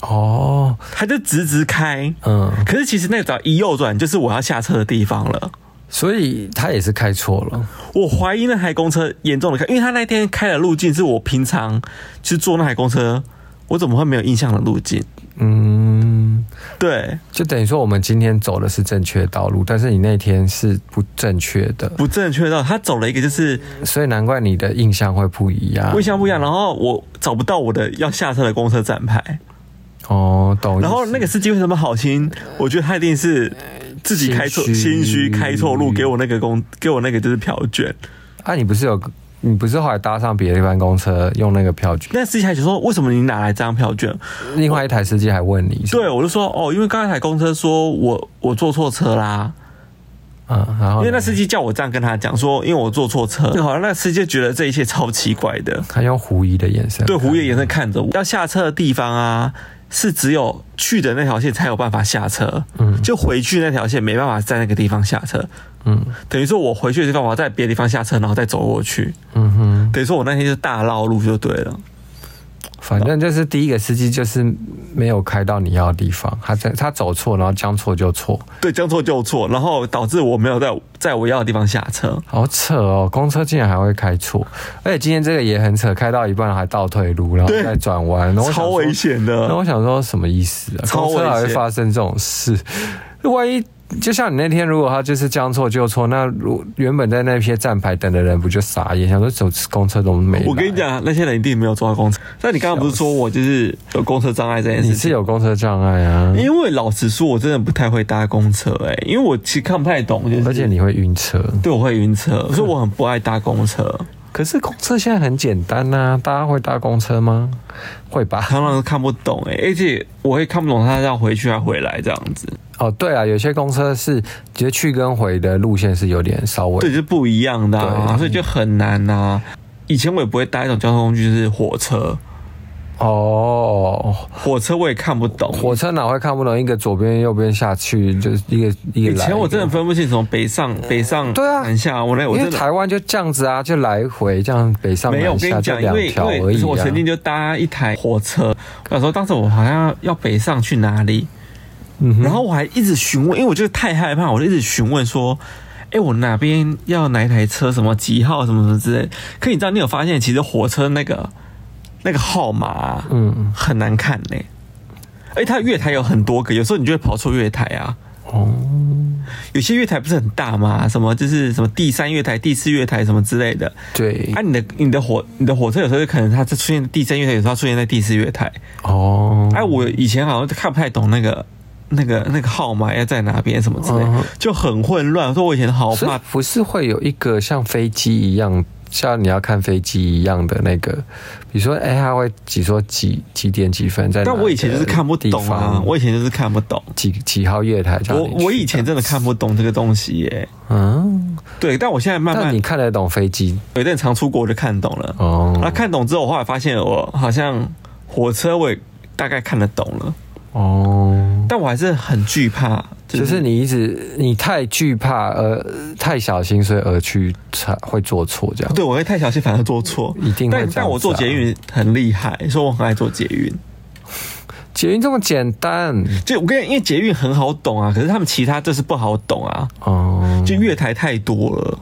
A: 哦，
C: 它就直直开。
A: 嗯，
C: 可是其实那个只要一右转，就是我要下车的地方了。
A: 所以他也是开错了，
C: 我怀疑那台公车严重的开，因为他那天开的路径是我平常去坐那台公车，我怎么会没有印象的路径？
A: 嗯，
C: 对，
A: 就等于说我们今天走的是正确道路，但是你那天是不正确的，
C: 不正确到他走了一个就是
A: 所以难怪你的印象会不一样
C: 印。象不一样，然后我找不到我的要下车的公车站牌，
A: 哦，懂意思。
C: 然后那个司机为什么好心？我觉得他一定是自己开错
A: 心虚
C: 心虚开错路，给我那个公给我那个就是票券。
A: 啊，你不是有，你不是后来搭上别的一班公车用那个票据？
C: 那司机还想说，为什么你哪来这张票券？
A: 另外一台司机还问你，
C: 对，，我就说哦，因为刚才台公车说我我坐错车啦。
A: 嗯，然后
C: 因为那
A: 呢
C: 司机叫我这样跟他讲说，因为我坐错车，好像那司机就觉得这一切超奇怪的，
A: 他用狐疑的眼神，
C: 对狐狸的眼神看着我。要下车的地方啊，是只有去的那条线才有办法下车，
A: 嗯
C: 就回去那条线没办法在那个地方下车，
A: 嗯
C: 等于说我回去的地方我要在别的地方下车，然后再走过去，
A: 嗯哼，
C: 等于说我那天就大绕路就对了。
A: 反正就是第一个司机就是没有开到你要的地方，他在他走错，然后将错就错，
C: 对，将错就错，然后导致我没有在在我要的地方下车。
A: 好扯哦！公车竟然还会开错，而且今天这个也很扯，开到一半还倒退路，然后
C: 对
A: 再转弯，然后我想
C: 超
A: 说
C: 危。险的，
A: 然后我想说什么意思啊？
C: 超
A: 公车还
C: 危
A: 会
C: 险
A: 发生这种事？万一就像你那天，如果他就是将错就错，那如原本在那些站牌等的人不就傻眼，想说走公车怎么没？
C: 我跟你，讲，啊那些人一定没有坐到公车。那你刚刚不是说我就是有公车障碍这件事情？
A: 你是有公车障碍啊，
C: 因为老实说，我真的不太会搭公车、欸，因为我其实看不太懂，就是
A: 而且你会晕车。
C: 对我会晕车，所以我很不爱搭 公车。
A: 可是公车现在很简单呐、大家会搭公车吗？会吧？
C: 常常看不懂、欸，而且我会看不懂他要回去还回来这样子，
A: 哦，对啊，有些公车是觉得去跟回的路线是有点稍微
C: 对，就是不一样的、啊，
A: 对
C: 所以就很难呐、以前我也不会搭一种交通工具，就是火车，
A: 哦，
C: 火车我也看不懂。
A: 火车哪会看不懂？一个左边右边下去就是一个一个
C: 以
A: 来。
C: 前我真的分不清什么北上、北上、
A: 对啊
C: 南下，我那我
A: 因
C: 真
A: 为
C: 的
A: 台湾就这样子啊，就来回这样北上
C: 没有，我
A: 南
C: 跟
A: 下
C: 你
A: 就
C: 讲，因
A: 两
C: 为
A: 条
C: 因
A: 而
C: 为
A: 已、啊。
C: 我曾经就搭一台火车，我想说当时我好像要北上去哪里，
A: 嗯哼
C: 然后我还一直询问，因为我就是太害怕，我就一直询问说。哎、我哪边要哪一台车，什么几号，什么什么之类。可你知道，你有发现，其实火车那个那个号码啊、
A: 嗯
C: 很难看呢、而且它月台有很多个，有时候你就会跑错月台啊。
A: 哦，
C: 有些月台不是很大吗？什么就是什么第三月台、第四月台什么之类的。
A: 对
C: 啊，你的你的火你的火车有时候可能它是出现在第三月台，有时候它出现在第四月台。
A: 哦，
C: 哎、我以前好像看不太懂那个那个那个号码要在哪边什么之类
A: 嗯
C: 就很混乱。所以我以前好
A: 所以
C: 怕，
A: 不是会有一个像飞机一样，像你要看飞机一样的那个，比如说哎，它会几说几几点几分在哪
C: 但
A: 个地方？
C: 我以前就是看不懂啊，我以前就是看不懂。
A: 几几号月台叫
C: 我
A: 你去
C: 我以前真的看不懂这个东西耶、
D: 啊
A: 嗯，
C: 对，但我现在慢
A: 那
C: 慢
A: 你看得懂飞机
C: 有点常出国，我就看懂了。
A: 哦？
C: 那、看懂之后，我后来发现我好像火车我也大概看得懂了。
A: 哦，
C: 但我还是很惧怕，
D: 就是你一直你太惧怕而太小心，所以而去才会做错这样。
C: 对我会太小心，反而做错。
D: 一定会这
C: 但
D: 样子啊
C: 但我做捷运很厉害，所以我很爱做捷运。
D: 捷运这么简单
C: 就我跟你讲，因为捷运很好懂啊，可是他们其他就是不好懂啊，
D: 哦，
C: 就月台太多了，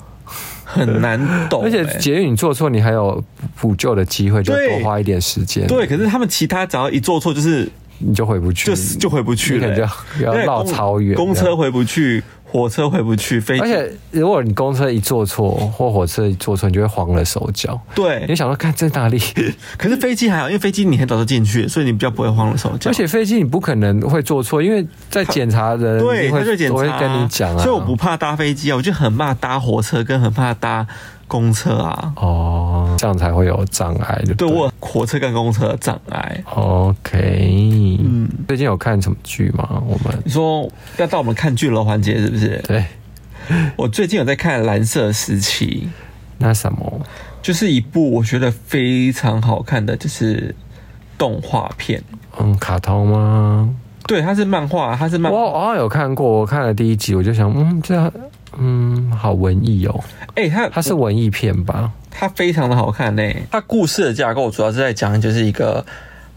C: 很难懂、
D: 而且
C: 欸
D: 捷运你做错，你还有补救的机会，就
C: 对
D: 多花一点时间，
C: 对，可是他们其他只要一做错就是
D: 你就回不去，
C: 就是就回不去
D: 嗯你可
C: 了、欸
D: 能就要
C: 对
D: 绕
C: 公
D: 超远
C: 公
D: 这
C: 车
D: 样
C: 回不去，火车回不去，飞机
D: 而且如果你公车一坐错或火车一坐错，你就会慌了手脚。
C: 对
D: 你就想说，看在哪里？
C: 可是飞机还好，因为飞机你很早就进去，所以你比较不会慌了手脚。
D: 而且飞机你不可能会坐错，因为在检查的人
C: 对，
D: 一定
C: 他就检
D: 会
C: 查，
D: 我会跟你讲啊。
C: 所以我不怕搭飞机啊，我就很怕搭火车，跟很怕搭公车啊。
D: 哦，这样才会有障碍的。
C: 对我火车跟公车的障碍。
D: OK，嗯，最近有看什么剧吗？我们
C: 你说要到我们看剧楼环节是不是？
D: 对
C: 我最近有在看《蓝色时期
D: 那什么》，
C: 就是一部我觉得非常好看的，就是动画片。
D: 嗯，卡通吗？
C: 对，它是漫画，它是漫
D: 我
C: 画。
D: 好像有看过，我看了第一集，我就想，嗯，这嗯好文艺哦，
C: 哎、它
D: 它是文艺片吧？
C: 它非常的好看呢、它故事的架构主要是在讲，就是一个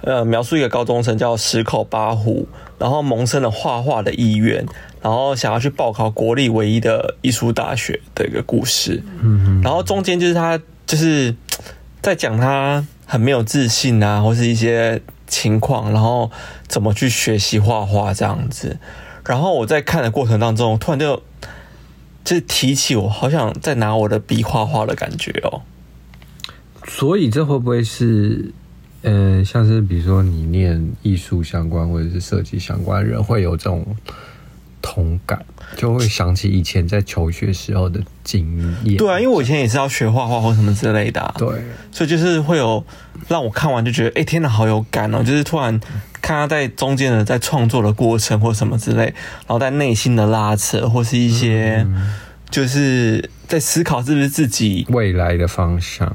C: 呃描述一个高中生叫石口八虎，然后萌生了画画的意愿，然后想要去报考国立唯一的艺术大学的一个故事。嗯，然后中间就是他就是嘖在讲他很没有自信啊，或是一些情况，然后怎么去学习画画这样子。然后我在看的过程当中，突然就。就是提起我，好想再拿我的笔画画的感觉哦。
A: 所以这会不会是，呃，像是比如说你念艺术相关或者是设计相关的人会有这种同感，就会想起以前在求学时候的经验。
C: 对啊，因为我以前也是要学画画或什么之类的、啊，
A: 对，
C: 所以就是会有让我看完就觉得，哎、天哪，好有感哦！就是突然看他在中间的在创作的过程或什么之类，然后在内心的拉扯或是一些，就是在思考是不是自己
A: 未来的方向，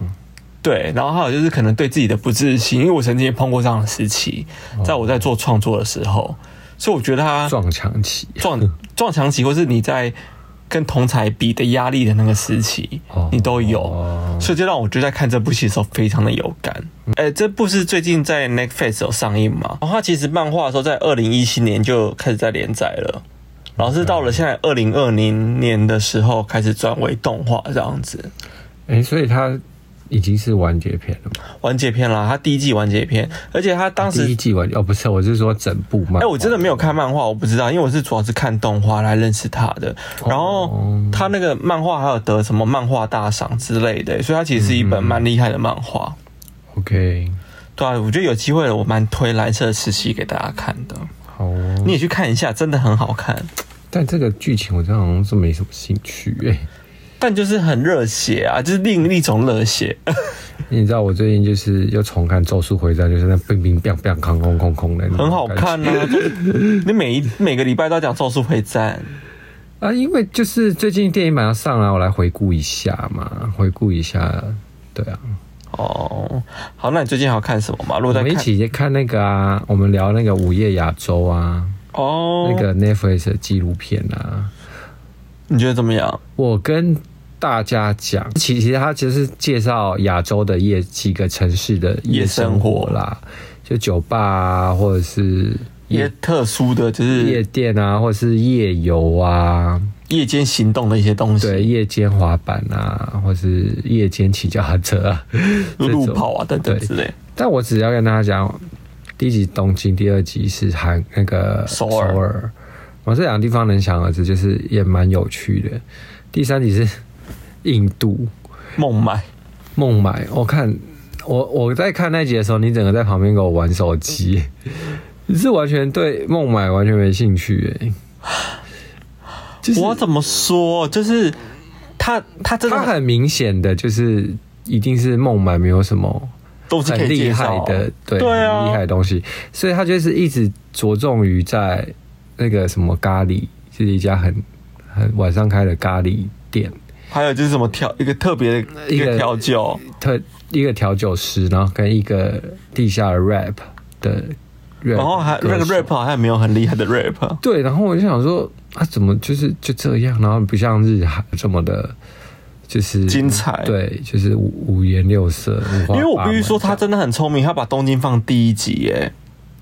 C: 对，然后还有就是可能对自己的不自信，因为我曾经也碰过这样的时期，在我在做创作的时候，所以我觉得他
A: 撞墙期。
C: 撞撞墙期，或是你在跟同才比的压力的那个时期，
A: 哦
C: 你都有，
A: 哦嗯
C: 所以就让我就在看这部戏的时候非常的有感。哎、这部是最近在 Netflix 有上映嘛？哦然后它其实漫画的时候在二零一七年就开始在连载了，然后是到了现在二零二零年的时候开始转为动画这样子。
A: 哎、所以它已经是完结篇了嘛？
C: 完结篇啦，它第一季完结篇，而且它当
A: 第一
C: 时。
A: 季完哦，不是，我是说整部漫画。
C: 哎、我真的没有看漫画，我不知道，因为我是主要是看动画来认识他的。然
A: 哦
C: 后他那个漫画还有得什么漫画大赏之类的，所以它其实是一
A: 嗯
C: 本蛮厉害的漫画。
A: OK，
C: 对啊，我觉得有机会我蛮推蓝色时期给大家看的，
A: 好哦。
C: 你也去看一下，真的很好看。
A: 但这个剧情我真的好像是没什么兴趣哎、
C: 但就是很热血啊，就是另一种热血。
A: 嗯你知道我最近就是又重看《咒术回战》，就是那冰冰 biang biang 空空空空的，
C: 很好看呐、啊！你每一每个礼拜都要讲《咒术回战
A: 啊！因为就是最近电影版要上了，我来回顾一下嘛，回顾一下，对啊，》
C: 哦。好，那你最近还有看什么吗？如果
A: 我
C: 在
A: 们一
C: 看
A: 起看那个啊，我们聊那个《午夜亚洲》啊，
C: 哦，
A: 那个 Netflix 的纪录片啊，
C: 你觉得怎么样？
A: 我跟。大家讲，其实它其实是介绍亚洲的夜几个城市的夜生活啦，就酒吧啊，或者是
C: 一些
A: 夜
C: 特殊的就
A: 夜
C: 是
A: 店啊，或者是夜游啊，
C: 夜间行动的一些东
A: 对，
C: 西，
A: 夜间滑板啊，或是夜间骑脚踏车 啊，这
C: 路
A: 种
C: 跑啊等等
A: 对
C: 之类。
A: 但我只要跟大家讲，第一集东京，第二集是韩那个
C: 首尔
A: 尔。我这两个地方能想而知，就是也蛮有趣的。第三集是印度
C: 孟买，
A: 孟买，我看我我在看那集的时候，你整个在旁边给我玩手机， 你是完全对孟买完全没兴趣诶、就是
C: 我怎么说？就是他，他真的
A: 它很明显的就是一定是孟买没有什么
C: 都是可
A: 很
C: 以
A: 厉
C: 介
A: 害
C: 绍啊
A: 的，对，
C: 对啊
A: 很厉害的东西，所以他就是一直着重于在那个什么咖喱，是一家很很晚上开的咖喱店，
C: 还有就是什么调一个特别的一
A: 一
C: 个
A: 个
C: 调酒，
A: 特一个调酒师，然后跟一个地下的 rap 的 rap
C: 然后哦还那
A: 歌
C: 个
A: 手
C: rap 好像没有很厉害的 rap，
A: 对，然后我就想说，啊，怎么就是就这样？然后不像日韩这么的，就是
C: 精彩
A: 对，就是五五颜六色，五花
C: 因为我
A: 八
C: 必须
A: 门
C: 说
A: 这样
C: 他真的很聪明，他把东京放第一集耶，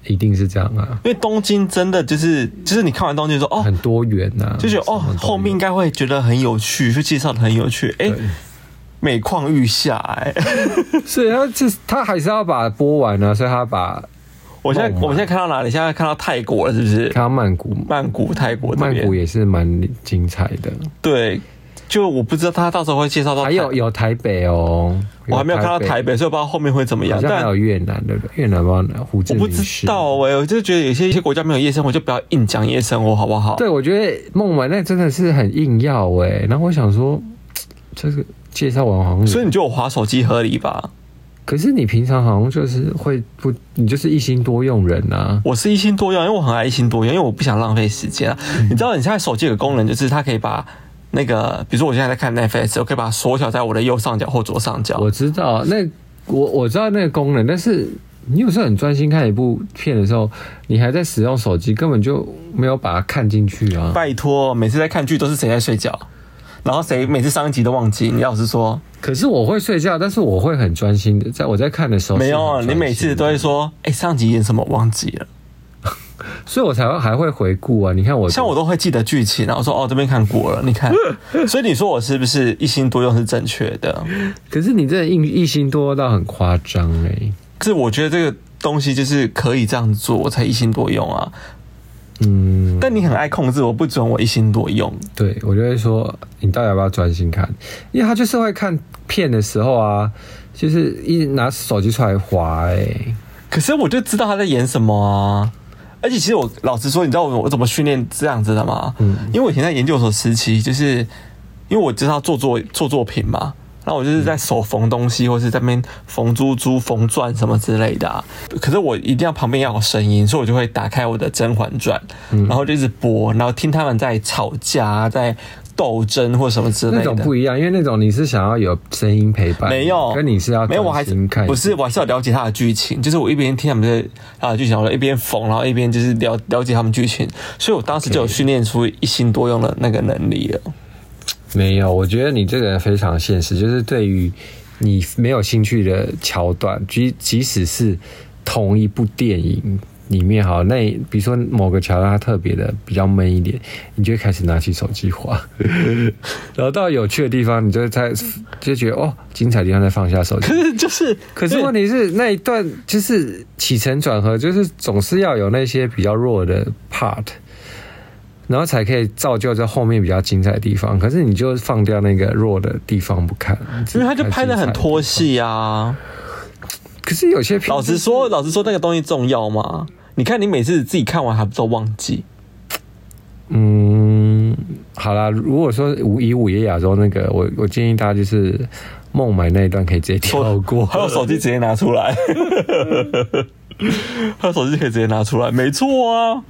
A: 一定是这样啊，
C: 因为东京真的就是就是你看完东京就说哦，
A: 很多元呐、啊，
C: 就觉得哦
A: 什么都有
C: 后面应该会觉得很有趣，就介绍的很有趣，哎、每况愈下哎、
A: 是他就是他还是要把它播完啊，所以他把
C: 我现在
A: 梦嘛啊
C: 我们现在看到哪里？现在看到泰国了是不是？
A: 看到曼谷，
C: 曼谷泰国这
A: 曼
C: 边
A: 谷也是蛮精彩的，
C: 对，就我不知道他到时候会介绍到
A: 还
C: 泰，
A: 有有台北哦，
C: 哦我还没有看到
A: 北
C: 台北，所以我不知道后面会怎么样
A: 好。像还
C: 但
A: 有越南对不对？越南吧，胡志
C: 我不
A: 明
C: 知
A: 市
C: 道哎、我就觉得有些一些国家没有夜生活，就不要硬讲夜生活好不好？
A: 对，我觉得孟买那真的是很硬要哎、然后我想说，这个介绍完好像有，
C: 所以你觉得我划手机合理吧？
A: 可是你平常好像就是会不，你就是一心多用人啊。
C: 我是一心多用，因为我很爱一心多用，因为我不想浪费时间啊。
A: 嗯
C: 你知道，你现在手机有个功能，就是它可以把那个，比如说我现在在看 Netflix，我可以把它缩小在我的右上角或左上角。
A: 我知道那我我知道那个功能，但是你有时候很专心看一部片的时候，你还在使用手机，根本就没有把它看进去啊。
C: 拜托，每次在看剧都是谁在睡觉，然后谁每次上一集都忘记。你老实说，
A: 可是我会睡觉，但是我会很专心的，在我在看的时候
C: 没有，啊
A: 是很专心
C: 你
A: 的
C: 每次都会说，哎、上集演什么忘记了。
A: 所以我才会还会回顾啊。你看我
C: 像我都会记得剧情，然后说哦这边看过了，你看， 所以你说我是不是一心多用是正确的？
A: 可是你这一一心多到很夸张哎、
C: 可是我觉得这个东西就是可以这样做，我才一心多用啊。
A: 嗯，
C: 但你很爱控制，我不准我一心多用。
A: 对，我就会说你到底要不要专心看？因为他就是会看片的时候啊，就是一直拿手机出来滑哎、
C: 可是我就知道他在演什么啊。而且其实我老实说，你知道我我怎么训练这样子的吗？嗯，因为我以前在研究所时期，就是因为我知道做作做作品嘛，然后我就是在手缝东西，或是在那边缝珠珠、缝钻什么之类的、啊。可是我一定要旁边要有声音，所以我就会打开我的《甄嬛传》，
A: 嗯
C: 然后就一直播，然后听他们在吵架、啊在斗争或什么之类的。
A: 那种不一样，因为那种你是想要有声音陪伴，
C: 没有，
A: 跟你是要
C: 没有，我
A: 专
C: 还哎是
A: 心看，
C: 不是，我还是要了解他的剧情，就是我一边听他们的啊剧情，我一边缝，然后一边就是了了解他们剧情，所以我当时就有训练出一心多用的那个能力了。
A: 没有。我觉得你这个人非常现实，就是对于你没有兴趣的桥段，即即使是同一部电影。里面好，那比如说某个桥段它特别的比较闷一点，你就会开始拿起手机 滑，然后到有趣的地方，你就会在就觉得哦，精彩的地方再放下手机。
C: 可是就是，
A: 可是问题是那一段就是起承转合，就是总是要有那些比较弱的 part，然后才可以造就这后面比较精彩的地方。可是你就放掉那个弱的地方不看，
C: 因为他就拍的很拖
A: 戏。
C: 戏啊。
A: 可是有些片
C: 老实 说，老实说，那个东西重要吗？你看你每次自己看完还不都忘记？
A: 嗯，好啦，如果说午以午夜亚洲那个，我我建议大家就是孟买那一段可以直接跳 过。
C: 还有手机直接拿出来， 还有手机可以直接拿出来，没错啊。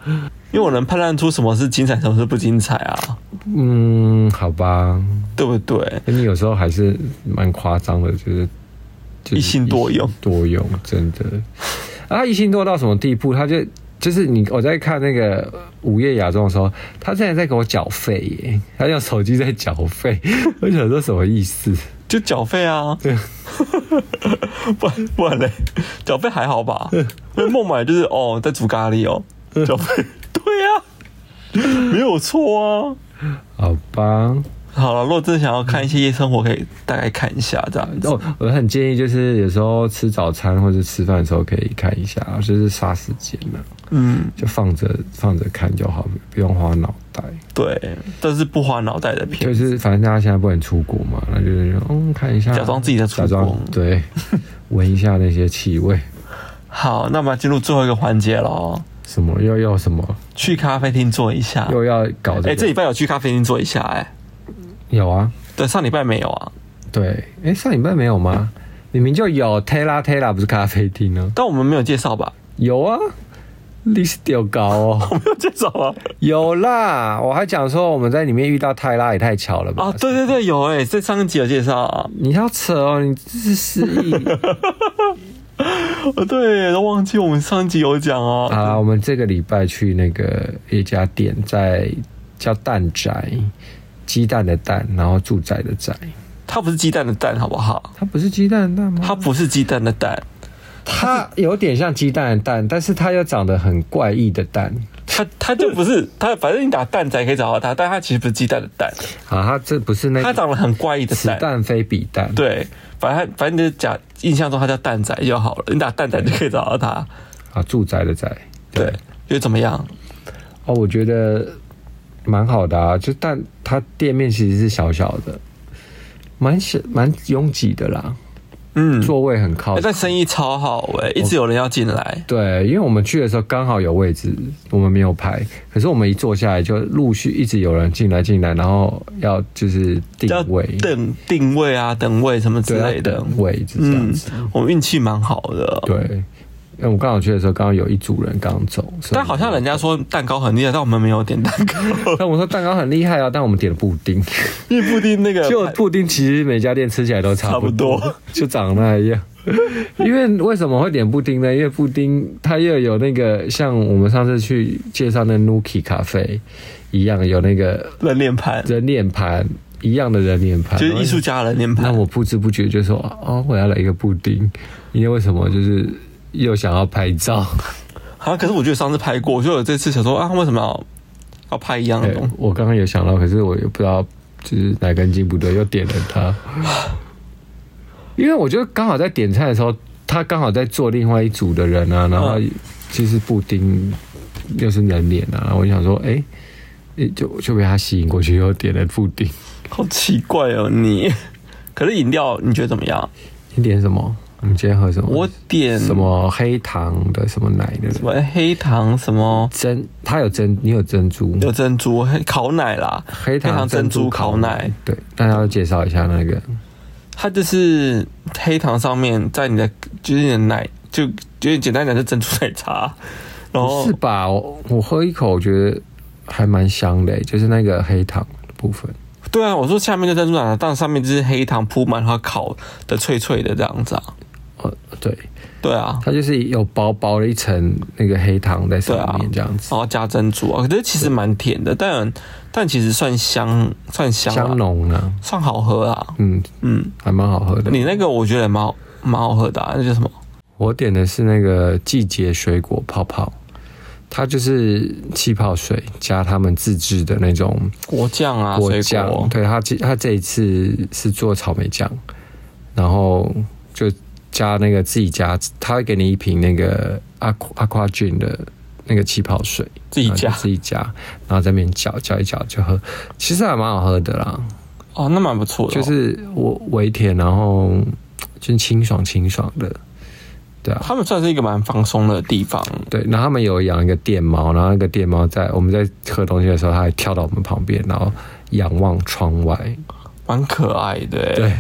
C: 因为我能判断出什么是精彩，什么是不精彩啊，
A: 嗯，好吧，
C: 对不对？
A: 你有时候还是蛮夸张的，就是、就是
C: 一心多用
A: 一心多用真的。啊，他一心多到什么地步？他就就是你我在看那个《午夜亚洲》的时候，他竟然在给我缴费耶，他用手机在缴费， 我想说什么意思？
C: 就缴费 啊，不然不然嘞，缴费还好吧？因为孟买就是哦，在煮咖喱哦，缴费 对呀、没有错啊。
A: 好吧，
C: 好了，如果真的想要看一些夜生活，可以大概看一下这样子。
A: 哦，我很建议就是有时候吃早餐或者吃饭的时候可以看一下，就是杀时间了，
C: 嗯，
A: 就放着放着看就好，不用花脑袋。
C: 对，但是不花脑袋的片
A: 就。是反正大家现在不能出国嘛，那就是嗯看一下，
C: 假装自己在出国
A: 假装 对，闻一下那些气味，
C: 好，那我们要进入最后一个环节喽，
A: 什么又要什么
C: 去咖啡厅坐一下。
A: 又要搞
C: 哎、
A: 这
C: 这
A: 个，
C: 礼拜有去咖啡厅坐一下哎、
A: 有啊，
C: 对，上礼拜没有啊。
A: 对，哎上礼拜没有吗？明明就有 Tela Tela 不是咖啡厅呢？
C: 但我们没有介绍吧？
A: 有啊，list 丢高哦，
C: 没有介绍啊。
A: 有啦，我还讲说我们在里面遇到泰拉也太巧了吧？
C: 啊，对对对，有哎、在上一集有介绍啊。
A: 你要扯哦，你这是失忆，
C: 哦， 对，都忘记我们上集有讲哦。
A: 好啊啦，我们这个礼拜去那个一家店在，叫蛋宅，鸡蛋的蛋，然后住宅的宅。
C: 它不是鸡蛋的蛋，好不好？
A: 它不是鸡蛋的蛋吗？
C: 它不是鸡蛋的蛋，
A: 它有点像鸡蛋的蛋，但是它又长得很怪异的蛋。
C: 它它就不是它，反正你打蛋仔可以找到它，但它其实不是鸡蛋的蛋，
A: 啊，它这不是那
C: 它
A: 个
C: 长得很怪异的
A: 此
C: 蛋。
A: 蛋非彼蛋。，
C: 对，反正它反正你就假印象中它叫蛋仔就好了，你打蛋仔就可以找到它。
A: 啊，住宅的宅。
C: 对，又怎么样？
A: 哦，我觉得蛮好的啊，就但它店面其实是小小的，蛮小蛮拥挤的啦，
C: 嗯，
A: 座位很靠
C: 欸
A: 近。
C: 但生意超好
A: 哦
C: 哎、一直有人要进来。
A: 对，因为我们去的时候刚好有位置，我们没有排。可是我们一坐下来，就陆续一直有人进来进来，然后要就是
C: 要
A: 定位，
C: 等定位啊，等位什么之
A: 对，
C: 类
A: 要
C: 的。
A: 等位置这样
C: 嗯
A: 子。，
C: 我们运气蛮好的。
A: 对，因为我刚好去的时候，刚好有一组人刚走，所以
C: 但好像人家说蛋糕很厉害，但我们没有点蛋糕，
A: 但我说蛋糕很厉害啊，但我们点了布丁，
C: 因为布丁那个
A: 就布丁其实每家店吃起来都差不多，
C: 差不多
A: 就长那样。 因为为什么会点布丁呢？因为布丁它又有那个像我们上次去介绍那 Nuki 咖啡一样，有那个
C: 人脸盘，
A: 人脸盘一样的人脸盘，
C: 就是艺术家的人脸
A: 那
C: 盘。
A: 我不知不觉就说哦，我要来一个布丁，因为为什么就是又想要拍 照？
C: 啊，可是我觉得上次拍过，所以我这次想说啊，为什么要要拍一样的
A: 对
C: 东西？
A: 我刚刚有想到，可是我又不知道就是哪根筋不对，又点了它。因为我觉得刚好在点菜的时候，他刚好在做另外一组的人啊，然后
C: 嗯
A: 就是布丁又是人脸啊，然后我就想说，哎、诶就就被他吸引过去，又点了布丁。
C: 好奇怪哦，你。 可是饮料你觉得怎么样？
A: 你点什么？你今天喝什么？
C: 我点
A: 什么黑糖的，什么奶的？
C: 什么黑糖什么
A: 珍，它有珍，你有珍珠，
C: 有珍珠黑烤奶啦，
A: 黑糖
C: 珍珠烤奶，。
A: 对，大家要介绍一下那个，
C: 它就是黑糖上面在你的就是你的奶，就有点简单讲，是珍珠奶茶。然后
A: 是吧？我我喝一口，我觉得还蛮香的、欸就是那个黑糖的部分。
C: 对啊，我说下面就珍珠奶茶，但上面就是黑糖铺满，然后烤的脆脆的这样子啊。
A: 哦，对，
C: 对啊，
A: 它就是有薄薄的一层那个黑糖在
C: 对
A: 上
C: 啊
A: 面，这样子，
C: 然后加珍珠啊，可是其实蛮甜的，但但其实算香，算香啊
A: 香浓啊，
C: 算好喝啊。
A: 嗯，
C: 嗯，
A: 还蛮好喝的。
C: 你那个我觉得也蛮好蛮好喝的、啊，那叫什么？
A: 我点的是那个季节水果泡泡，它就是气泡水加他们自制的那种
C: 果酱啊，
A: 果
C: 水果
A: 酱，。对他这他这一次是做草莓酱，然后就加那个自己加，他会给你一瓶那个阿阿夸菌的那个气泡水，
C: 自己加
A: 然后就自己加，然后在那边搅搅一搅就喝，其实还蛮好喝的啦，
C: 哦，那蛮不错的哦、
A: 就是我微甜，然后就是清爽清爽的，对啊。
C: 他们算是一个蛮放松的地方。
A: 对，然后他们有养一个电猫，然后那个电猫在我们在喝东西的时候，它还跳到我们旁边，然后仰望窗外，
C: 蛮可爱的、欸。
A: 对，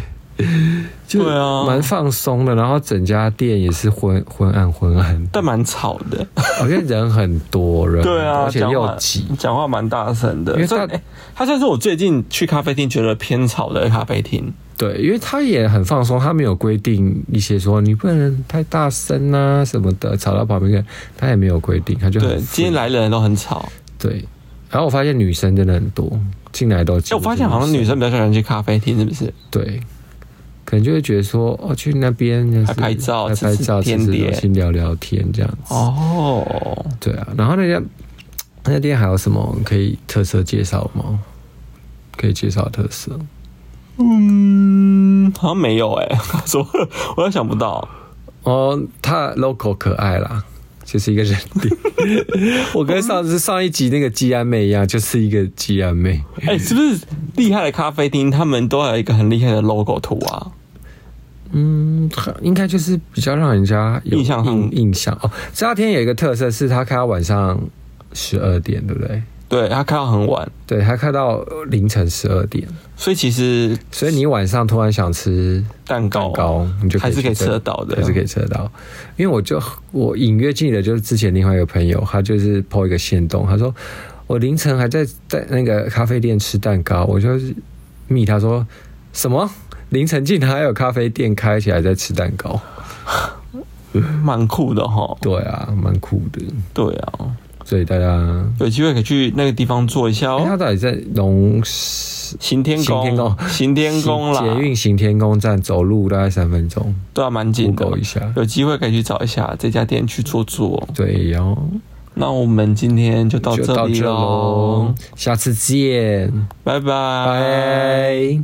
A: 就
C: 对啊
A: 蛮放松的。然后整家店也是昏 昏暗昏暗，
C: 但蛮吵的。
A: 我觉得人很多人很多，
C: 对啊，
A: 而且
C: 讲
A: 又
C: 话
A: 挤。
C: 讲话蛮大声的
A: 因。为
C: 算
A: 他
C: 哎，它算是我最近去咖啡厅觉得偏吵的咖啡厅。
A: 对，因为他也很放松，他没有规定一些说你不能太大声啊什么的，吵到旁边的人，他也没有规定，他就很
C: 对，今天
A: free
C: 来的人都很吵。
A: 对。然后我发现女生真的很多，进来都几
C: 哎，
A: 乎
C: 我发
A: 是
C: 现好像女生比较喜欢去咖啡厅，是不是？
A: 对，可能就会觉得说哦，去那边就是
C: 还拍照
A: 还拍
C: 吃吃
A: 照，吃
C: 甜
A: 吃
C: 点
A: 东西，聊聊天这样子。
C: 哦，
A: 对啊，然后那家那店还有什么可以特色介绍吗？可以介绍特色？
C: 嗯，好像没有哎、怎么了？ 我也想不到。
A: 哦，它 logo 可爱啦，就是一个人脸。 我跟上次上一集那个鸡安妹一样，就是一个鸡安妹。
C: 哎、是不是厉害的咖啡厅他们都有一个很厉害的 logo 图啊？
A: 嗯，它应该就是比较让人家有
C: 印象
A: 印印象哦。这家店有一个特色是它开到晚上十二点，对不对？
C: 对，它开到很晚，
A: 对，它开到凌晨十二点，
C: 所以其实
A: 所以你晚上突然想吃
C: 蛋糕
A: 蛋糕，你就
C: 还是可
A: 去
C: 以吃得到的，
A: 还是可以吃得到。因为我就我隐约记得，就是之前另外一个朋友，他就是 PO 一个线动，他说我凌晨还在在那个咖啡店吃蛋糕，我就是密他说什么凌晨竟然还有咖啡店开起来在吃蛋糕，
C: 蛮酷的哈。
A: 对啊，蛮酷的，
C: 对啊，
A: 所以大家，
C: 有机会可以去那个地方做一下
A: 哎、他
C: 哦。
A: 到底在龙行
C: 行天
A: 天
C: 宫，
A: 宫，
C: 行天宫啦，
A: 捷运行天宫站走路大概三分钟
C: 对啊，蛮近的
A: ，Google。一下。
C: 有机会可以去找一下这家店去坐坐。
A: 对然后
C: 那我们今天就到
A: 就
C: 这
A: 到
C: 里
A: 这
C: 喽
A: 喽，，下次见，
C: 拜拜。
A: 拜。